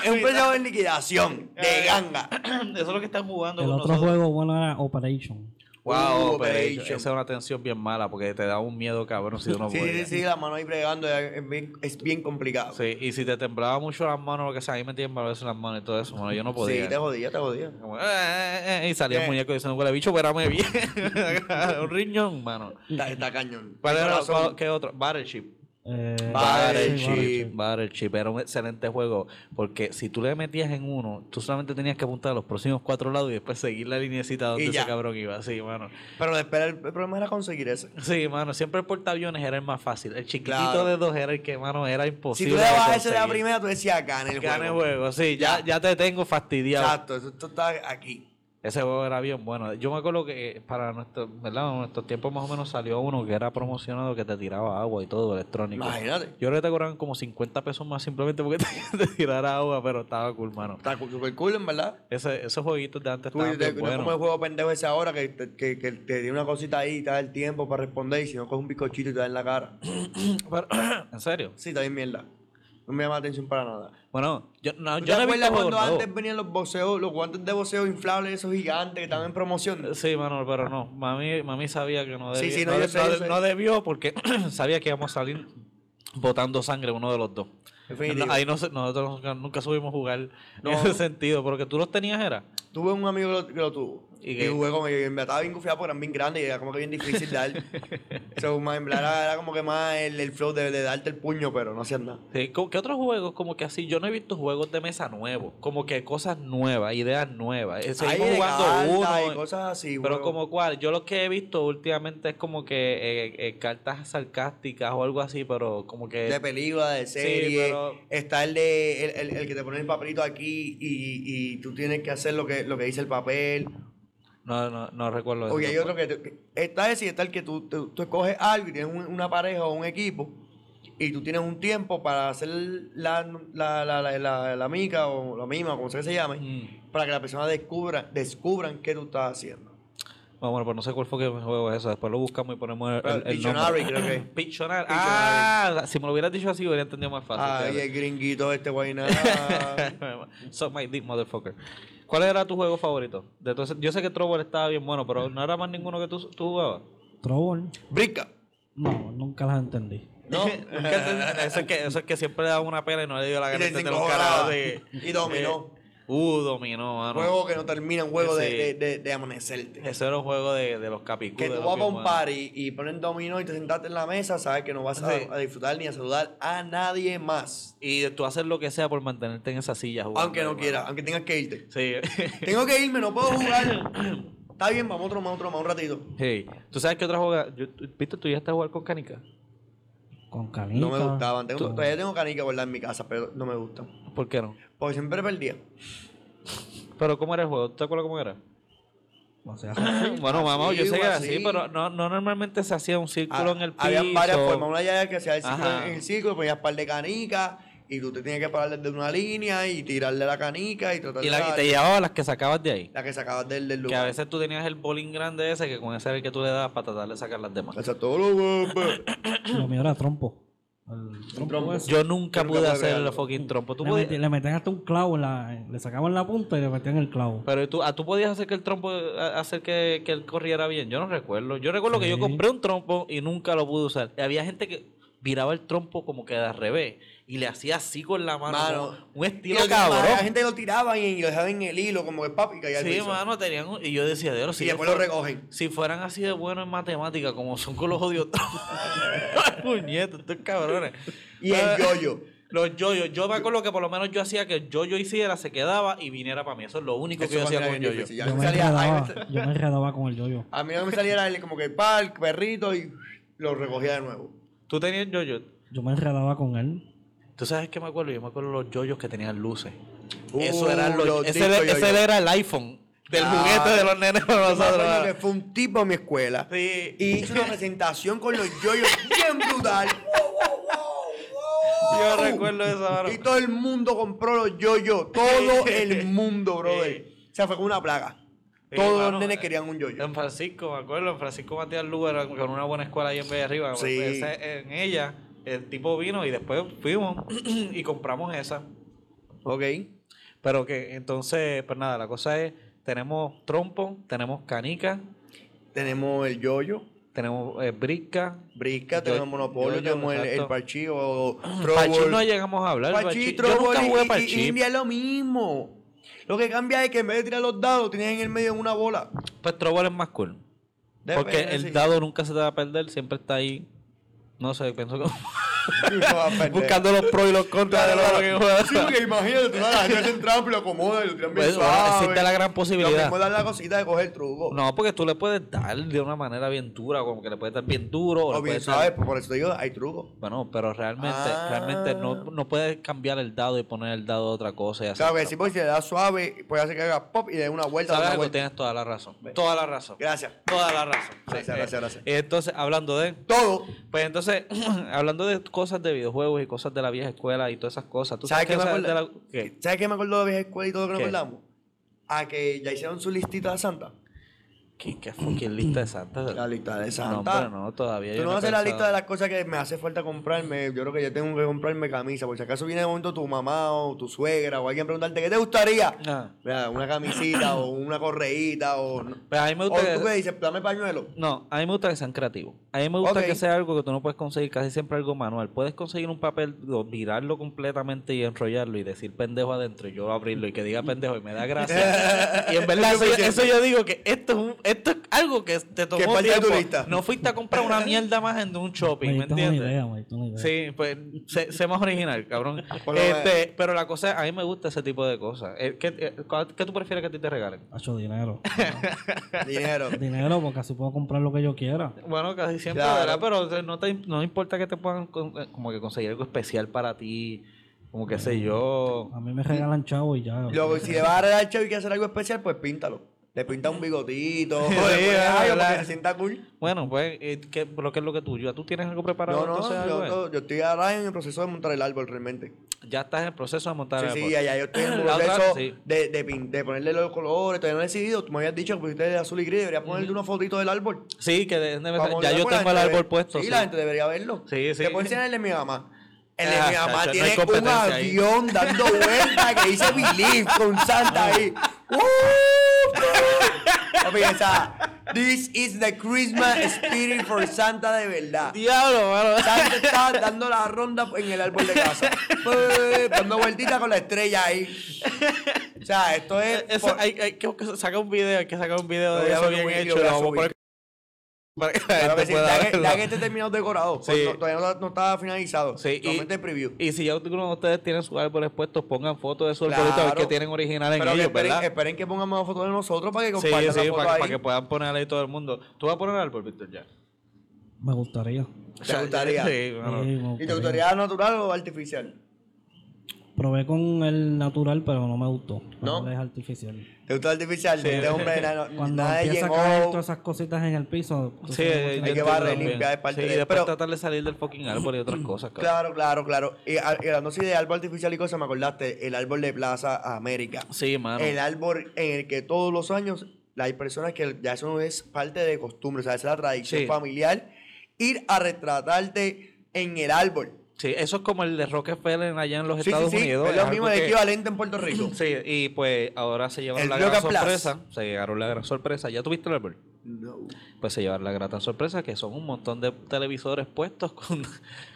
Speaker 2: Es un precio en liquidación,
Speaker 1: Eh.
Speaker 2: de ganga.
Speaker 1: Eso es lo que están jugando
Speaker 3: El
Speaker 1: con
Speaker 3: otro
Speaker 1: nosotros.
Speaker 3: juego bueno era Operation.
Speaker 1: Wow,
Speaker 2: Uh,
Speaker 1: pero
Speaker 2: Operation.
Speaker 1: esa es una tensión bien mala porque te da un miedo cabrón si tú no
Speaker 2: Sí,
Speaker 1: puedes.
Speaker 2: sí, sí, la mano ahí bregando es bien, es bien complicado. Sí,
Speaker 1: Sí, y si te temblaba mucho las manos, lo que sea, ahí me tiemblan a veces las manos y todo eso, mano, yo no podía.
Speaker 2: te jodía, te jodía.
Speaker 1: Como, "Eh, eh, eh", y salía
Speaker 2: Eh.
Speaker 1: el muñeco diciendo, huele bicho, espérame bien. (laughs) un riñón, mano.
Speaker 2: Está, está cañón.
Speaker 1: ¿Cuál era-
Speaker 2: Corazón.
Speaker 1: cuál- ¿Qué otro? Battleship.
Speaker 3: Eh,
Speaker 2: Battleship.
Speaker 3: sí, Battleship.
Speaker 1: Battleship era un excelente juego porque si tú le metías en uno, tú solamente tenías que apuntar a los próximos cuatro lados y después seguir la linecita donde
Speaker 2: Y
Speaker 1: ese
Speaker 2: ya.
Speaker 1: cabrón iba. Sí, mano.
Speaker 2: Pero espera, el, el problema era conseguir ese.
Speaker 1: Sí, mano. Siempre el portaaviones era el más fácil. El chiquitito
Speaker 2: Claro.
Speaker 1: de dos era el que, mano, era
Speaker 2: Si
Speaker 1: imposible.
Speaker 2: tú le dabas ese de la
Speaker 1: conseguir.
Speaker 2: primera, tú decías, gana el
Speaker 1: Gana el
Speaker 2: juego.
Speaker 1: juego, sí. Ya, ya te tengo fastidiado.
Speaker 2: Exacto, eso- esto está aquí.
Speaker 1: Ese juego era bien bueno. Yo me acuerdo que eh, para nuestro, ¿verdad? En nuestros tiempos más o menos salió uno que era promocionado que te tiraba agua y todo electrónico.
Speaker 2: Imagínate.
Speaker 1: Yo creo que te cobraban como 50 pesos más simplemente porque (laughs) te, te tirara agua, pero estaba cool, mano.
Speaker 2: Está cu- super cool, en verdad.
Speaker 1: Ese- esos jueguitos de antes
Speaker 2: Tú,
Speaker 1: estaban
Speaker 2: te-
Speaker 1: bien
Speaker 2: no es como el
Speaker 1: buenos.
Speaker 2: juego pendejo ese ahora que te, que, que te tiene una cosita ahí y te da el tiempo para responder y si no coges un bizcochito y te da en la cara.
Speaker 1: Pero- (clears throat) en serio.
Speaker 2: Sí, también mierda. No me llama la atención para nada.
Speaker 1: Bueno, yo no,
Speaker 2: ¿Tú
Speaker 1: yo
Speaker 2: te
Speaker 1: no he
Speaker 2: acuerdas
Speaker 1: visto
Speaker 2: cuando
Speaker 1: juegos
Speaker 2: antes
Speaker 1: nuevos.
Speaker 2: venían los boceos, los guantes de voceo inflables, esos gigantes que estaban en promoción?
Speaker 1: Sí, mano, pero no. Mami, mami sabía que no
Speaker 2: Sí,
Speaker 1: debía.
Speaker 2: sí, no,
Speaker 1: no,
Speaker 2: yo
Speaker 1: de-
Speaker 2: sé,
Speaker 1: no
Speaker 2: yo
Speaker 1: de-
Speaker 2: sé.
Speaker 1: no debió porque (clears throat) sabía que íbamos a salir botando sangre uno de los dos.
Speaker 2: Definitivo.
Speaker 1: No, ahí no se- nosotros nunca, nunca subimos a jugar
Speaker 2: No.
Speaker 1: en ese sentido, porque tú los tenías era.
Speaker 2: Tuve un amigo que lo, que lo tuvo.
Speaker 1: ¿Y
Speaker 2: Y,
Speaker 1: qué?
Speaker 2: jugué con ellos. Y me estaba bien confiado porque eran bien grandes y era como que bien difícil dar.
Speaker 1: (laughs)
Speaker 2: so, más, en verdad, era, era como que más el, el flow de, de darte el puño, pero no hacían nada.
Speaker 1: Sí, co- ¿Qué otros juegos? Como que así, yo no he visto juegos de mesa nuevos, como que cosas nuevas, ideas nuevas. Eh, Seguimos
Speaker 2: Ahí de
Speaker 1: jugando
Speaker 2: cartas
Speaker 1: uno.
Speaker 2: y cosas así.
Speaker 1: Pero
Speaker 2: bueno.
Speaker 1: como cual, yo lo que he visto últimamente es como que eh, eh, cartas sarcásticas o algo así, pero como que...
Speaker 2: de película, de serie.
Speaker 1: pero-
Speaker 2: Está el de el, el- el que te pone el papelito aquí y, y tú tienes que hacer lo que, lo que dice el papel.
Speaker 1: No, no, Pues no recuerdo. eso
Speaker 2: Oye, hay
Speaker 1: tampoco.
Speaker 2: otro que, te- que- está ese y está el que tú, tú, tú escoges algo y tienes un- una pareja o un equipo y tú tienes un tiempo para hacer la, la, la, la, la- la mica o la mima, como sea que se llame,
Speaker 1: Mm.
Speaker 2: para que la persona descubra, descubran qué tú estás haciendo.
Speaker 1: Ah, bueno, pero no sé cuál fue que me juego eso. Después lo buscamos y ponemos el,
Speaker 2: Pero
Speaker 1: el, el
Speaker 2: Pictionary,
Speaker 1: nombre.
Speaker 2: creo que es.
Speaker 1: Pictionary. Ah, si me lo hubieras dicho así, hubiera entendido más (laughs) fácil.
Speaker 2: Ay,
Speaker 1: fíjate.
Speaker 2: el gringuito este guay
Speaker 1: (laughs)
Speaker 2: nada.
Speaker 1: Suck my dick, motherfucker. ¿Cuál era tu juego favorito? De todos esos- yo sé que Trouble estaba bien bueno, pero no era más ninguno que tú, tú jugabas.
Speaker 3: Trouble.
Speaker 1: (laughs)
Speaker 2: Brica.
Speaker 3: No, nunca las entendí.
Speaker 2: (laughs) No.
Speaker 1: Nunca te- eso, es que, eso es que siempre le daba una pela y no le dio la
Speaker 2: Y
Speaker 1: gana
Speaker 2: se
Speaker 1: de los
Speaker 2: encojonaba.
Speaker 1: carajos. de-
Speaker 2: Y dominó.
Speaker 1: Uh, dominó, mano.
Speaker 2: Juego que no termina, un juego de,
Speaker 1: Sí.
Speaker 2: de, de- de amanecerte.
Speaker 1: Eso era un juego de, de los capicú.
Speaker 2: Que
Speaker 1: de
Speaker 2: tú
Speaker 1: los
Speaker 2: vas a
Speaker 1: bien
Speaker 2: un
Speaker 1: buenos.
Speaker 2: party y ponen dominó y te sentaste en la mesa, sabes que no vas a,
Speaker 1: Sí.
Speaker 2: a disfrutar ni a saludar a nadie más.
Speaker 1: Y tú haces lo que sea por mantenerte en esa silla jugando.
Speaker 2: Aunque no
Speaker 1: hermano.
Speaker 2: quieras, aunque tengas que irte.
Speaker 1: Sí. (laughs)
Speaker 2: Tengo que irme, no puedo jugar. Está bien, vamos otro, vamos otro, vamos un ratito.
Speaker 1: Hey, ¿tú sabes qué otra jugada? Yo- tú- ¿Viste? Tú llegaste a jugar con canica.
Speaker 3: Con canica.
Speaker 2: No me gustaban. Tengo-
Speaker 3: Tú-
Speaker 2: todavía tengo canica guardada en mi casa, pero no me gustan.
Speaker 1: ¿Por qué no?
Speaker 2: Porque siempre perdía.
Speaker 1: Pero ¿cómo era el juego? ¿Tú te acuerdas cómo era?
Speaker 3: O sea, (coughs)
Speaker 1: Bueno, mamá, yo sé que era
Speaker 2: así.
Speaker 1: así, pero no, no normalmente
Speaker 2: Ah,
Speaker 1: se hacía un círculo en el piso.
Speaker 2: Había varias formas. Una ya que hacía el círculo pues
Speaker 1: Ajá.
Speaker 2: en el círculo, ponías par de canicas. Y tú te tienes que parar desde una línea y tirarle la canica y tratar
Speaker 1: Y,
Speaker 2: de
Speaker 1: la, y
Speaker 2: darle-
Speaker 1: te llevaba las que sacabas de ahí.
Speaker 2: la que sacabas del, del
Speaker 1: Que a
Speaker 2: lugar.
Speaker 1: veces tú tenías el bolín grande ese que con ese era el que tú le dabas para tratar de sacar las demás.
Speaker 2: Exacto, pues. blu, blu, blu.
Speaker 3: Lo mío era trompo. El trompo
Speaker 2: trompo.
Speaker 3: ese.
Speaker 1: Yo nunca
Speaker 2: Nunca
Speaker 1: pude
Speaker 2: pude
Speaker 1: hacer el
Speaker 2: crearlo.
Speaker 1: fucking trompo. Tú
Speaker 3: Le,
Speaker 1: podías-
Speaker 3: meti- le metían hasta un clavo, en la, le sacaban la punta y le metían el clavo.
Speaker 1: pero tú, ah, tú podías hacer que el trompo, a- hacer que, que él corriera bien. Yo no recuerdo. Yo recuerdo que yo
Speaker 3: Sí.
Speaker 1: compré un trompo y nunca lo pude usar. Había gente que viraba el trompo como que de al revés y le hacía así con la mano.
Speaker 2: Mano.
Speaker 1: como un
Speaker 2: Y
Speaker 1: estilo
Speaker 2: lo tiraba,
Speaker 1: cabrón.
Speaker 2: La gente lo tiraba y lo dejaba en el hilo, como que papi, y caía al
Speaker 1: Sí,
Speaker 2: piso.
Speaker 1: mano, tenían un- Y yo decía, Dios, si,
Speaker 2: y
Speaker 1: yo
Speaker 2: después lo
Speaker 1: fuera-
Speaker 2: recogen.
Speaker 1: si fueran así de buenos en matemática, como son con los odios. (laughs) Puñetos, estos cabrones.
Speaker 2: Y el
Speaker 1: (laughs)
Speaker 2: yoyo.
Speaker 1: Los yoyos, yo me acuerdo que por lo menos yo hacía que el yoyo hiciera, se quedaba y viniera para mí. Eso es lo único que
Speaker 2: Eso
Speaker 1: yo hacía
Speaker 2: cuando
Speaker 1: con
Speaker 2: era
Speaker 1: el
Speaker 2: bien
Speaker 1: yoyo.
Speaker 2: difícil. Ya
Speaker 3: Yo
Speaker 2: me
Speaker 3: me,
Speaker 2: salía- ahí
Speaker 3: enredaba,
Speaker 2: me sa-
Speaker 3: yo me enredaba con el yoyo.
Speaker 2: A mí no me saliera el- como que pal, perrito, y lo recogía de nuevo.
Speaker 1: ¿Tú tenías yoyo?
Speaker 3: Yo me enredaba con él.
Speaker 1: ¿Tú sabes qué me acuerdo? Yo me acuerdo los yoyos que tenían luces.
Speaker 2: Uh,
Speaker 1: Eso eran los,
Speaker 2: los
Speaker 1: ese,
Speaker 2: discos
Speaker 1: era- ese
Speaker 2: yoyo.
Speaker 1: era el iPhone del
Speaker 2: Ah.
Speaker 1: juguete de los nenes para
Speaker 2: Yo me
Speaker 1: nosotros.
Speaker 2: acuerdo que
Speaker 1: ¿verdad?
Speaker 2: fue un tipo a mi escuela
Speaker 1: Sí.
Speaker 2: y hizo una presentación con los yoyos bien brutal. Wow, wow, wow, wow.
Speaker 1: Yo recuerdo esa vara.
Speaker 2: uh, Y todo el mundo compró los yoyos. Todo el mundo, brother. O sea, fue como una plaga.
Speaker 1: Sí,
Speaker 2: Todos
Speaker 1: mano,
Speaker 2: los nenes
Speaker 1: eh,
Speaker 2: querían un yoyo.
Speaker 1: En Francisco, me acuerdo, en Francisco Matías Lugar, con una buena escuela ahí en Bella Arriba.
Speaker 2: Sí.
Speaker 1: ese- en ella, el tipo vino y después fuimos (clears throat) y compramos esa.
Speaker 2: Ok.
Speaker 1: Pero que entonces, pues nada, la cosa es, tenemos trompo, tenemos canica,
Speaker 2: Tenemos el yoyo.
Speaker 1: tenemos eh, brisca.
Speaker 2: Brisca,
Speaker 1: Yo-
Speaker 2: tenemos Monopolio,
Speaker 1: yo-yo,
Speaker 2: tenemos el, el
Speaker 1: exacto.
Speaker 2: Parchí o
Speaker 1: Pachí
Speaker 2: Trouble.
Speaker 1: no llegamos a hablar.
Speaker 2: Parchí,
Speaker 1: Pachí. Yo
Speaker 2: Trouble
Speaker 1: nunca
Speaker 2: y-
Speaker 1: jugué
Speaker 2: y-
Speaker 1: Pachí.
Speaker 2: y India es lo mismo. Lo que cambia es que en vez de tirar los dados, tienes en el medio una
Speaker 1: (laughs)
Speaker 2: bola.
Speaker 1: Pues Trouble es más cool. porque
Speaker 2: Depende,
Speaker 1: el
Speaker 2: sí.
Speaker 1: dado nunca se te va a perder, siempre está ahí. No sé, pienso que...
Speaker 2: No va a perder.
Speaker 1: (laughs) buscando los pros y los contras de lo que juega.
Speaker 2: Sí, porque imagínate, tú sabes, la gente hace un trampo y lo acomoda y lo tiran bien
Speaker 1: Pues, bueno,
Speaker 2: suave.
Speaker 1: existe la gran
Speaker 2: Lo
Speaker 1: posibilidad.
Speaker 2: mismo da la cosita de coger el truco.
Speaker 1: No, porque tú le puedes dar de una manera bien dura, como que le puedes dar bien duro. O le
Speaker 2: o bien
Speaker 1: puedes dar-
Speaker 2: sabes, pues, por eso te digo, hay truco.
Speaker 1: Bueno, pero realmente,
Speaker 2: Ah.
Speaker 1: realmente no, no puedes cambiar el dado y poner el dado de otra cosa. Y hacer
Speaker 2: Claro que
Speaker 1: trampa.
Speaker 2: si pues, si le das suave, puede hacer que haga pop y le dé una vuelta.
Speaker 1: ¿Sabes
Speaker 2: una
Speaker 1: algo?
Speaker 2: vuelta.
Speaker 1: Tienes toda la razón. Toda la razón.
Speaker 2: Gracias.
Speaker 1: Toda la razón. Sí,
Speaker 2: Gracias,
Speaker 1: eh,
Speaker 2: gracias, gracias.
Speaker 1: Entonces, hablando de...
Speaker 2: Todo.
Speaker 1: Pues entonces, (clears throat) hablando de cosas de videojuegos y cosas de la vieja escuela y todas esas cosas, ¿tú
Speaker 2: ¿Sabes
Speaker 1: sabes,
Speaker 2: qué me
Speaker 1: que esas de
Speaker 2: acuerdo?
Speaker 1: la- qué?
Speaker 2: ¿Sabes qué me acuerdo de la vieja escuela y todo lo que
Speaker 1: ¿Qué?
Speaker 2: nos acordamos? A que ya hicieron su listita de Santa.
Speaker 1: ¿Qué, qué fucking lista de santas?
Speaker 2: La lista de
Speaker 1: No,
Speaker 2: Santa.
Speaker 1: hombre, no, todavía
Speaker 2: Tú
Speaker 1: yo
Speaker 2: no
Speaker 1: he
Speaker 2: haces la
Speaker 1: pensado.
Speaker 2: lista de las cosas que me hace falta comprarme. Yo creo que ya tengo que comprarme camisa. Por si acaso viene de momento tu mamá o tu suegra o alguien a preguntarte qué te gustaría.
Speaker 1: Ah,
Speaker 2: Mira, una camisita o una correíta o.
Speaker 1: pues a mí me
Speaker 2: O
Speaker 1: gusta
Speaker 2: tú
Speaker 1: que-
Speaker 2: que dices, dame
Speaker 1: (laughs)
Speaker 2: pañuelo.
Speaker 1: No, a mí me gusta que sean creativos. A mí me gusta
Speaker 2: Ok.
Speaker 1: que sea algo que tú no puedes conseguir, casi siempre algo manual. Puedes conseguir un papel, o virarlo completamente y enrollarlo y decir pendejo adentro y yo abrirlo y que diga pendejo y me
Speaker 2: (laughs)
Speaker 1: da gracia. y en verdad, eso, yo- eso yo digo que esto es, un- esto es algo que te
Speaker 2: Que
Speaker 1: tomó
Speaker 2: parte de tu
Speaker 1: tiempo.
Speaker 2: lista.
Speaker 1: No fuiste a comprar una mierda más en un shopping,
Speaker 3: Me
Speaker 1: Pues, ¿me
Speaker 3: diste una
Speaker 1: entiendes?
Speaker 3: idea, me diste una idea.
Speaker 1: Sí, pues sé, sé más original, cabrón.
Speaker 2: Por lo
Speaker 1: Este, pero la cosa es, a mí me gusta ese tipo de cosas. Eh, ¿Qué, eh, cuál- qué tú prefieres que a ti te regalen?
Speaker 3: Hacho dinero.
Speaker 2: Dinero.
Speaker 3: dinero, porque así puedo comprar lo que yo quiera.
Speaker 1: Bueno, casi siempre,
Speaker 2: Claro.
Speaker 1: ¿verdad? Pero o sea, no, te, no importa que te puedan con- eh, como que conseguir algo especial para ti, como que sé yo.
Speaker 3: A mí me regalan chavo y ya.
Speaker 2: Luego, si le vas a regalar al chavo y quieres hacer algo especial, pues píntalo. Le pinta un bigotito. o le
Speaker 1: Sí,
Speaker 2: pones algo
Speaker 1: ¿verdad?
Speaker 2: para que se sienta cool.
Speaker 1: Bueno, pues, eh, ¿qué, pero ¿qué es lo que tú? ¿Tú tienes algo preparado?
Speaker 2: No, no,
Speaker 1: entonces,
Speaker 2: yo,
Speaker 1: algo, eh?
Speaker 2: to- yo estoy ahora en el proceso de montar el árbol realmente.
Speaker 1: Ya estás en el proceso de montar
Speaker 2: Sí,
Speaker 1: el
Speaker 2: sí,
Speaker 1: árbol.
Speaker 2: allá yo
Speaker 1: (clears throat)
Speaker 2: estoy en el
Speaker 1: La otra-
Speaker 2: proceso
Speaker 1: sí.
Speaker 2: de, de, pin- de ponerle los colores. Todavía no he decidido. Tú me habías dicho que pusiste de azul y gris. Deberías ponerle una fotito del árbol.
Speaker 1: Sí, que de- debe-
Speaker 2: Para
Speaker 1: ya
Speaker 2: mostrarle,
Speaker 1: yo
Speaker 2: pues, la
Speaker 1: tengo el
Speaker 2: gente
Speaker 1: árbol
Speaker 2: debe-
Speaker 1: puesto.
Speaker 2: Sí,
Speaker 1: sí.
Speaker 2: la gente debería verlo.
Speaker 1: Sí, sí.
Speaker 2: Te puedo enseñar el de mi mamá. El de
Speaker 1: Ah,
Speaker 2: mi
Speaker 1: chacho, no
Speaker 2: mamá
Speaker 1: hay
Speaker 2: tiene un
Speaker 1: competencia ahí.
Speaker 2: avión
Speaker 1: (laughs)
Speaker 2: dando vuelta que dice Believe con Santa ahí.
Speaker 1: Ah.
Speaker 2: ¡Uh! Papi, esa. This is the Christmas spirit for Santa de verdad.
Speaker 1: Diablo, mano.
Speaker 2: Santa está dando la ronda en el árbol de casa. Eh, Dando vueltita con la estrella ahí. O sea, esto es.
Speaker 1: (laughs) Eso,
Speaker 2: por-
Speaker 1: hay, hay que sacar un video, hay que sacar un video
Speaker 2: Lo
Speaker 1: de
Speaker 2: voy a
Speaker 1: eso
Speaker 2: subir,
Speaker 1: bien
Speaker 2: lo
Speaker 1: hecho.
Speaker 2: voy a
Speaker 1: Lo vamos a
Speaker 2: subir.
Speaker 1: poner para que la
Speaker 2: Claro
Speaker 1: gente
Speaker 2: que sí,
Speaker 1: pueda
Speaker 2: ya, que,
Speaker 1: verlo.
Speaker 2: ya que este terminado decorado, pues,
Speaker 1: Sí.
Speaker 2: no- todavía no, no está finalizado.
Speaker 1: Sí, y-
Speaker 2: Solamente el preview.
Speaker 1: Y si ya alguno de ustedes tienen sus árboles puestos, pongan fotos de su
Speaker 2: Claro.
Speaker 1: arbolito a ver que tienen original en
Speaker 2: Pero que
Speaker 1: ellos,
Speaker 2: esperen,
Speaker 1: ¿verdad?
Speaker 2: esperen que pongan más fotos de nosotros para que
Speaker 1: Sí,
Speaker 2: compartan la
Speaker 1: sí,
Speaker 2: foto
Speaker 1: para,
Speaker 2: ahí.
Speaker 1: para que puedan ponerle ahí todo el mundo. ¿Tú vas a poner árbol, Víctor, ya?
Speaker 3: Me gustaría.
Speaker 2: ¿Te gustaría?
Speaker 1: Sí, bueno.
Speaker 3: Sí, me
Speaker 2: ¿Y te gustaría natural o artificial?
Speaker 3: probé con el natural, pero no me gustó.
Speaker 2: ¿No?
Speaker 3: Ahora Es artificial.
Speaker 2: ¿Te gustó artificial? de este hombre, nada,
Speaker 3: (laughs) Cuando
Speaker 2: nada de
Speaker 3: empieza a
Speaker 2: Jen
Speaker 3: caer
Speaker 2: O.
Speaker 3: todas esas cositas en el piso. tú
Speaker 1: Sí,
Speaker 3: sabes,
Speaker 1: yo
Speaker 2: que
Speaker 1: entiendo
Speaker 2: barrer,
Speaker 1: también.
Speaker 2: limpiar, es parte
Speaker 1: Sí,
Speaker 2: de-
Speaker 1: y después
Speaker 2: pero- Mm.
Speaker 1: tratar de salir del fucking árbol y otras cosas, cabrón.
Speaker 2: Claro, claro, claro. Y, a- y hablando así de árbol artificial y cosas, me acordaste, el árbol de Plaza América.
Speaker 1: Sí, mano.
Speaker 2: El árbol en el que todos los años hay personas que ya eso no es parte de costumbre, o sea, esa es la tradición
Speaker 1: Sí.
Speaker 2: familiar. Ir a retratarte en el árbol.
Speaker 1: Sí, eso es como el de Rockefeller allá en los
Speaker 2: Sí,
Speaker 1: Estados
Speaker 2: sí, sí,
Speaker 1: Unidos.
Speaker 2: Es lo
Speaker 1: algo
Speaker 2: mismo de
Speaker 1: que-
Speaker 2: equivalente en Puerto Rico.
Speaker 1: (clears throat) Sí, y pues ahora se llevaron
Speaker 2: El
Speaker 1: la
Speaker 2: Yoga
Speaker 1: gran
Speaker 2: Plus.
Speaker 1: sorpresa. Se llegaron la gran sorpresa. ¿Ya tuviste el árbol?
Speaker 2: No.
Speaker 1: Pues se llevaron la grata sorpresa que son un montón de televisores puestos (laughs) con,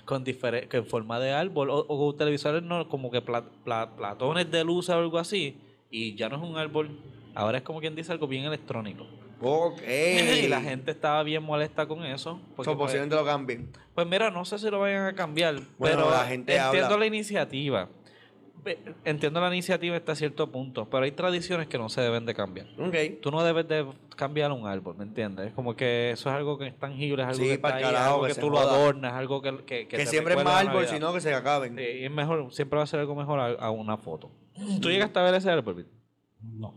Speaker 1: con difere- que en forma de árbol o, o televisores no, como que pla- pla- platones de luz o algo así. Y ya no es un árbol. Ahora es como quien dice algo bien electrónico.
Speaker 2: Ok.
Speaker 1: (clears throat) Y la gente estaba bien molesta con eso. Porque,
Speaker 2: So,
Speaker 1: pues,
Speaker 2: posiblemente lo cambien.
Speaker 1: pues mira, no sé si lo vayan a cambiar,
Speaker 2: Bueno,
Speaker 1: pero
Speaker 2: la gente
Speaker 1: entiendo
Speaker 2: habla.
Speaker 1: la iniciativa. Ve- Entiendo la iniciativa hasta cierto punto, pero hay tradiciones que no se deben de cambiar.
Speaker 2: Ok.
Speaker 1: Tú no debes de cambiar un árbol, ¿me entiendes? Es como que eso es algo que es tangible, es algo
Speaker 2: Sí,
Speaker 1: que está
Speaker 2: pa'l
Speaker 1: ahí,
Speaker 2: carajo,
Speaker 1: algo
Speaker 2: que
Speaker 1: que,
Speaker 2: se
Speaker 1: tú lo
Speaker 2: joda.
Speaker 1: adornas, algo que, que,
Speaker 2: Que,
Speaker 1: te
Speaker 2: siembren
Speaker 1: recuerda
Speaker 2: más
Speaker 1: a
Speaker 2: árbol,
Speaker 1: Navidad.
Speaker 2: sino que se acaben.
Speaker 1: Sí, y es mejor, siempre va a ser algo mejor a, a una foto. ¿Tú llegaste a ver ese árbol? Vito?
Speaker 3: No.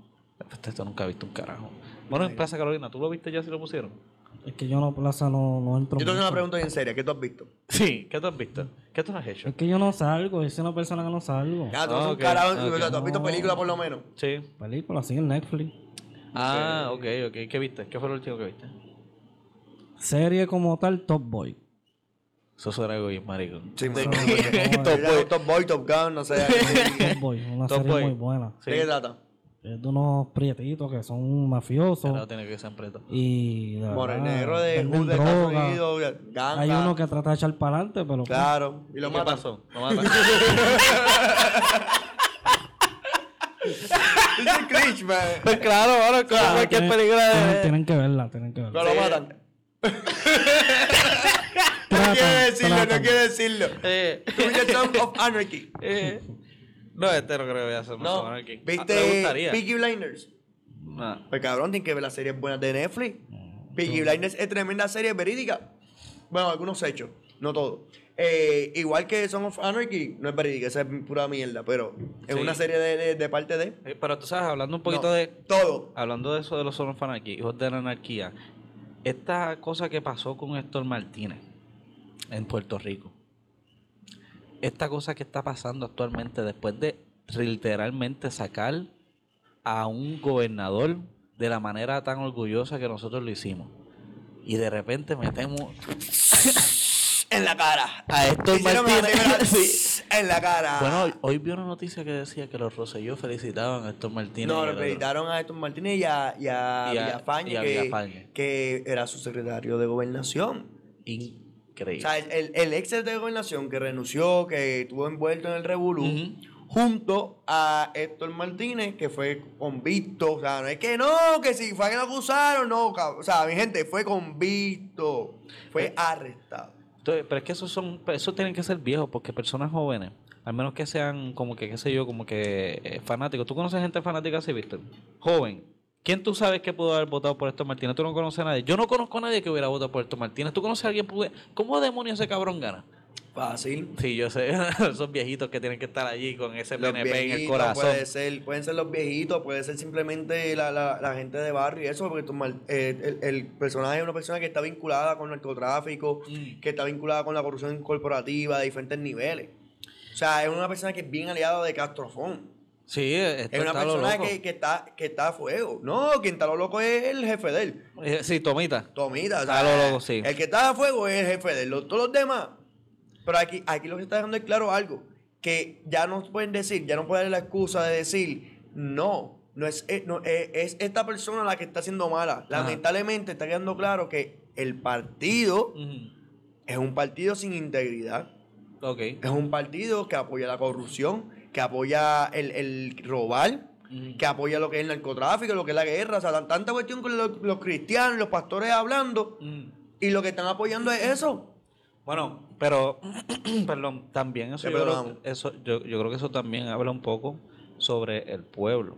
Speaker 1: Este, esto nunca he visto un carajo. Bueno, en Plaza Carolina, ¿tú lo viste ya si lo pusieron?
Speaker 3: Es que yo no, plaza, no, no entro.
Speaker 2: Yo tengo
Speaker 3: mucho.
Speaker 2: una pregunta bien seria. ¿Qué tú has visto?
Speaker 1: Sí. ¿Qué tú has visto? ¿Qué tú no has hecho?
Speaker 3: Es que yo no salgo, yo soy una persona que no salgo.
Speaker 2: Ah, tú
Speaker 1: Ah,
Speaker 2: eres un
Speaker 1: ok,
Speaker 2: carajo.
Speaker 1: ok.
Speaker 2: o sea, ¿Tú has visto
Speaker 3: No.
Speaker 2: películas por lo menos?
Speaker 1: Sí.
Speaker 3: Película, así en Netflix.
Speaker 1: Ah, ok, ok. ¿Qué viste? ¿Qué fue lo último que viste?
Speaker 3: Serie como tal, Top
Speaker 2: (laughs)
Speaker 3: Boy.
Speaker 1: Eso suena algo bien, marico.
Speaker 2: Sí,
Speaker 3: Sí.
Speaker 2: mano. (laughs) Top Boy, Top Boy, Top Gun,
Speaker 1: (laughs)
Speaker 2: no sé. ¿De
Speaker 3: Top Boy, una
Speaker 1: Top
Speaker 3: serie
Speaker 1: Boy.
Speaker 3: muy buena.
Speaker 1: Sí.
Speaker 2: qué trata?
Speaker 3: Es de unos prietitos que son mafiosos.
Speaker 1: Ahora tiene que ser preto.
Speaker 3: Y. de
Speaker 2: Por el
Speaker 3: verdad,
Speaker 2: negro de
Speaker 3: venden
Speaker 2: Hood de Estados
Speaker 3: droga.
Speaker 2: Unidos, ganga.
Speaker 3: Hay uno que trata de echar para adelante, pero.
Speaker 2: Claro. Y lo
Speaker 1: ¿Qué
Speaker 2: matan.
Speaker 1: pasó? Lo matan. (laughs)
Speaker 2: Ese es cringe, man.
Speaker 1: Pues (laughs) claro, ahora claro,
Speaker 3: Ah,
Speaker 1: cualquier
Speaker 3: tienen-
Speaker 1: película
Speaker 3: tienen,
Speaker 1: de...
Speaker 3: tienen que verla, tienen que verla.
Speaker 2: Pero lo matan. No
Speaker 3: Tratan,
Speaker 2: quiere decirlo,
Speaker 3: tratan.
Speaker 2: no quiere decirlo.
Speaker 1: Eh,
Speaker 2: Tú viste Song of Anarchy.
Speaker 1: (laughs) eh. No, este no creo que voy a hacer más
Speaker 2: No.
Speaker 1: con aquí. Ah, ¿Te
Speaker 2: ¿Viste
Speaker 1: gustaría?
Speaker 2: Peaky Blinders?
Speaker 1: No.
Speaker 2: Pues cabrón, tienen que ver las series buenas de Netflix.
Speaker 1: Mm,
Speaker 2: Peaky Blinders es tremenda serie verídica. Bueno, algunos hechos, no todo. Eh, igual que Song of Anarchy, no es verídica, esa es pura mierda, pero es
Speaker 1: Sí.
Speaker 2: una serie de, de- de parte de.
Speaker 1: Eh, Pero tú sabes, hablando un poquito
Speaker 2: No,
Speaker 1: de...
Speaker 2: Todo.
Speaker 1: Hablando de eso de los Son of Anarchy, hijos de la anarquía, esta cosa que pasó con Héctor Martínez en Puerto Rico, esta cosa que está pasando actualmente después de literalmente sacar a un gobernador de la manera tan orgullosa que nosotros lo hicimos. Y de repente metemos
Speaker 2: En la cara.
Speaker 1: a Héctor
Speaker 2: Hicieron la primera-
Speaker 1: Martínez. (laughs) Sí.
Speaker 2: En la cara.
Speaker 1: Bueno, hoy, hoy vi una noticia que decía que los Roselló felicitaban a Héctor Martínez. y
Speaker 2: no,
Speaker 1: al
Speaker 2: lo
Speaker 1: otro.
Speaker 2: acreditaron a Héctor Martínez y a, y a
Speaker 1: Y a-
Speaker 2: Villafañe,
Speaker 1: y a
Speaker 2: que-
Speaker 1: Villafañe.
Speaker 2: que era su secretario de gobernación. O
Speaker 1: Increíble.
Speaker 2: sea, el, el- el ex de gobernación que renunció, que estuvo envuelto en el revolú,
Speaker 1: Ujú.
Speaker 2: junto a Héctor Martínez, que fue convicto. O sea, no es que no, que si fue que lo acusaron, no, cabrón. O sea, mi gente, fue convicto, fue arrestado.
Speaker 1: Entonces, pero es que esos son, pues, esos tienen que ser viejos, porque personas jóvenes, al menos que sean como que, qué sé yo, como que eh, fanáticos. ¿Tú conoces gente fanática así, Víctor? Joven. ¿Quién tú sabes que pudo haber votado por Héctor Martínez? Tú no conoces a nadie. Yo no conozco a nadie que hubiera votado por Héctor Martínez. ¿Tú conoces a alguien? que pude- ¿Cómo demonios ese cabrón gana?
Speaker 2: Fácil.
Speaker 1: Sí, yo sé. (laughs) Esos viejitos que tienen que estar allí con ese
Speaker 2: Los
Speaker 1: PNP en el
Speaker 2: viejitos,
Speaker 1: corazón.
Speaker 2: Puede ser, pueden ser los viejitos, puede ser simplemente la, la- la gente de barrio y eso, porque tú mal- eh, el, el personaje es una persona que está vinculada con narcotráfico,
Speaker 1: Mm.
Speaker 2: que está vinculada con la corrupción corporativa de diferentes niveles. O sea, es una persona que es bien aliada de Castrofón.
Speaker 1: Sí, esto
Speaker 2: Es una
Speaker 1: está lo
Speaker 2: persona
Speaker 1: loco.
Speaker 2: que, que está, que está a fuego. No, quien está lo loco es el jefe de él.
Speaker 1: Eh, Sí, Tomita.
Speaker 2: Tomita. o
Speaker 1: Está
Speaker 2: sea,
Speaker 1: lo loco, sí.
Speaker 2: El que está a fuego es el jefe de él. Los- todos los demás. Pero aquí, aquí lo que está dejando es claro algo. Que ya no pueden decir, ya no pueden dar la excusa de decir, no, no es, eh, no, eh, es esta persona la que está siendo mala. Lamentablemente está quedando claro que el partido
Speaker 1: Ujú.
Speaker 2: es un partido sin integridad.
Speaker 1: Ok.
Speaker 2: Es un partido que apoya la corrupción, que apoya el, el robar,
Speaker 1: Ujú.
Speaker 2: que apoya lo que es el narcotráfico, lo que es la guerra. O sea, tan- tanta cuestión con los, los cristianos, los pastores hablando,
Speaker 1: Mm.
Speaker 2: y lo que están apoyando es eso.
Speaker 1: Bueno, pero, (clears throat) perdón, también eso,
Speaker 2: Te
Speaker 1: yo creo,
Speaker 2: perdonamos.
Speaker 1: eso yo, yo creo que eso también habla un poco sobre el pueblo.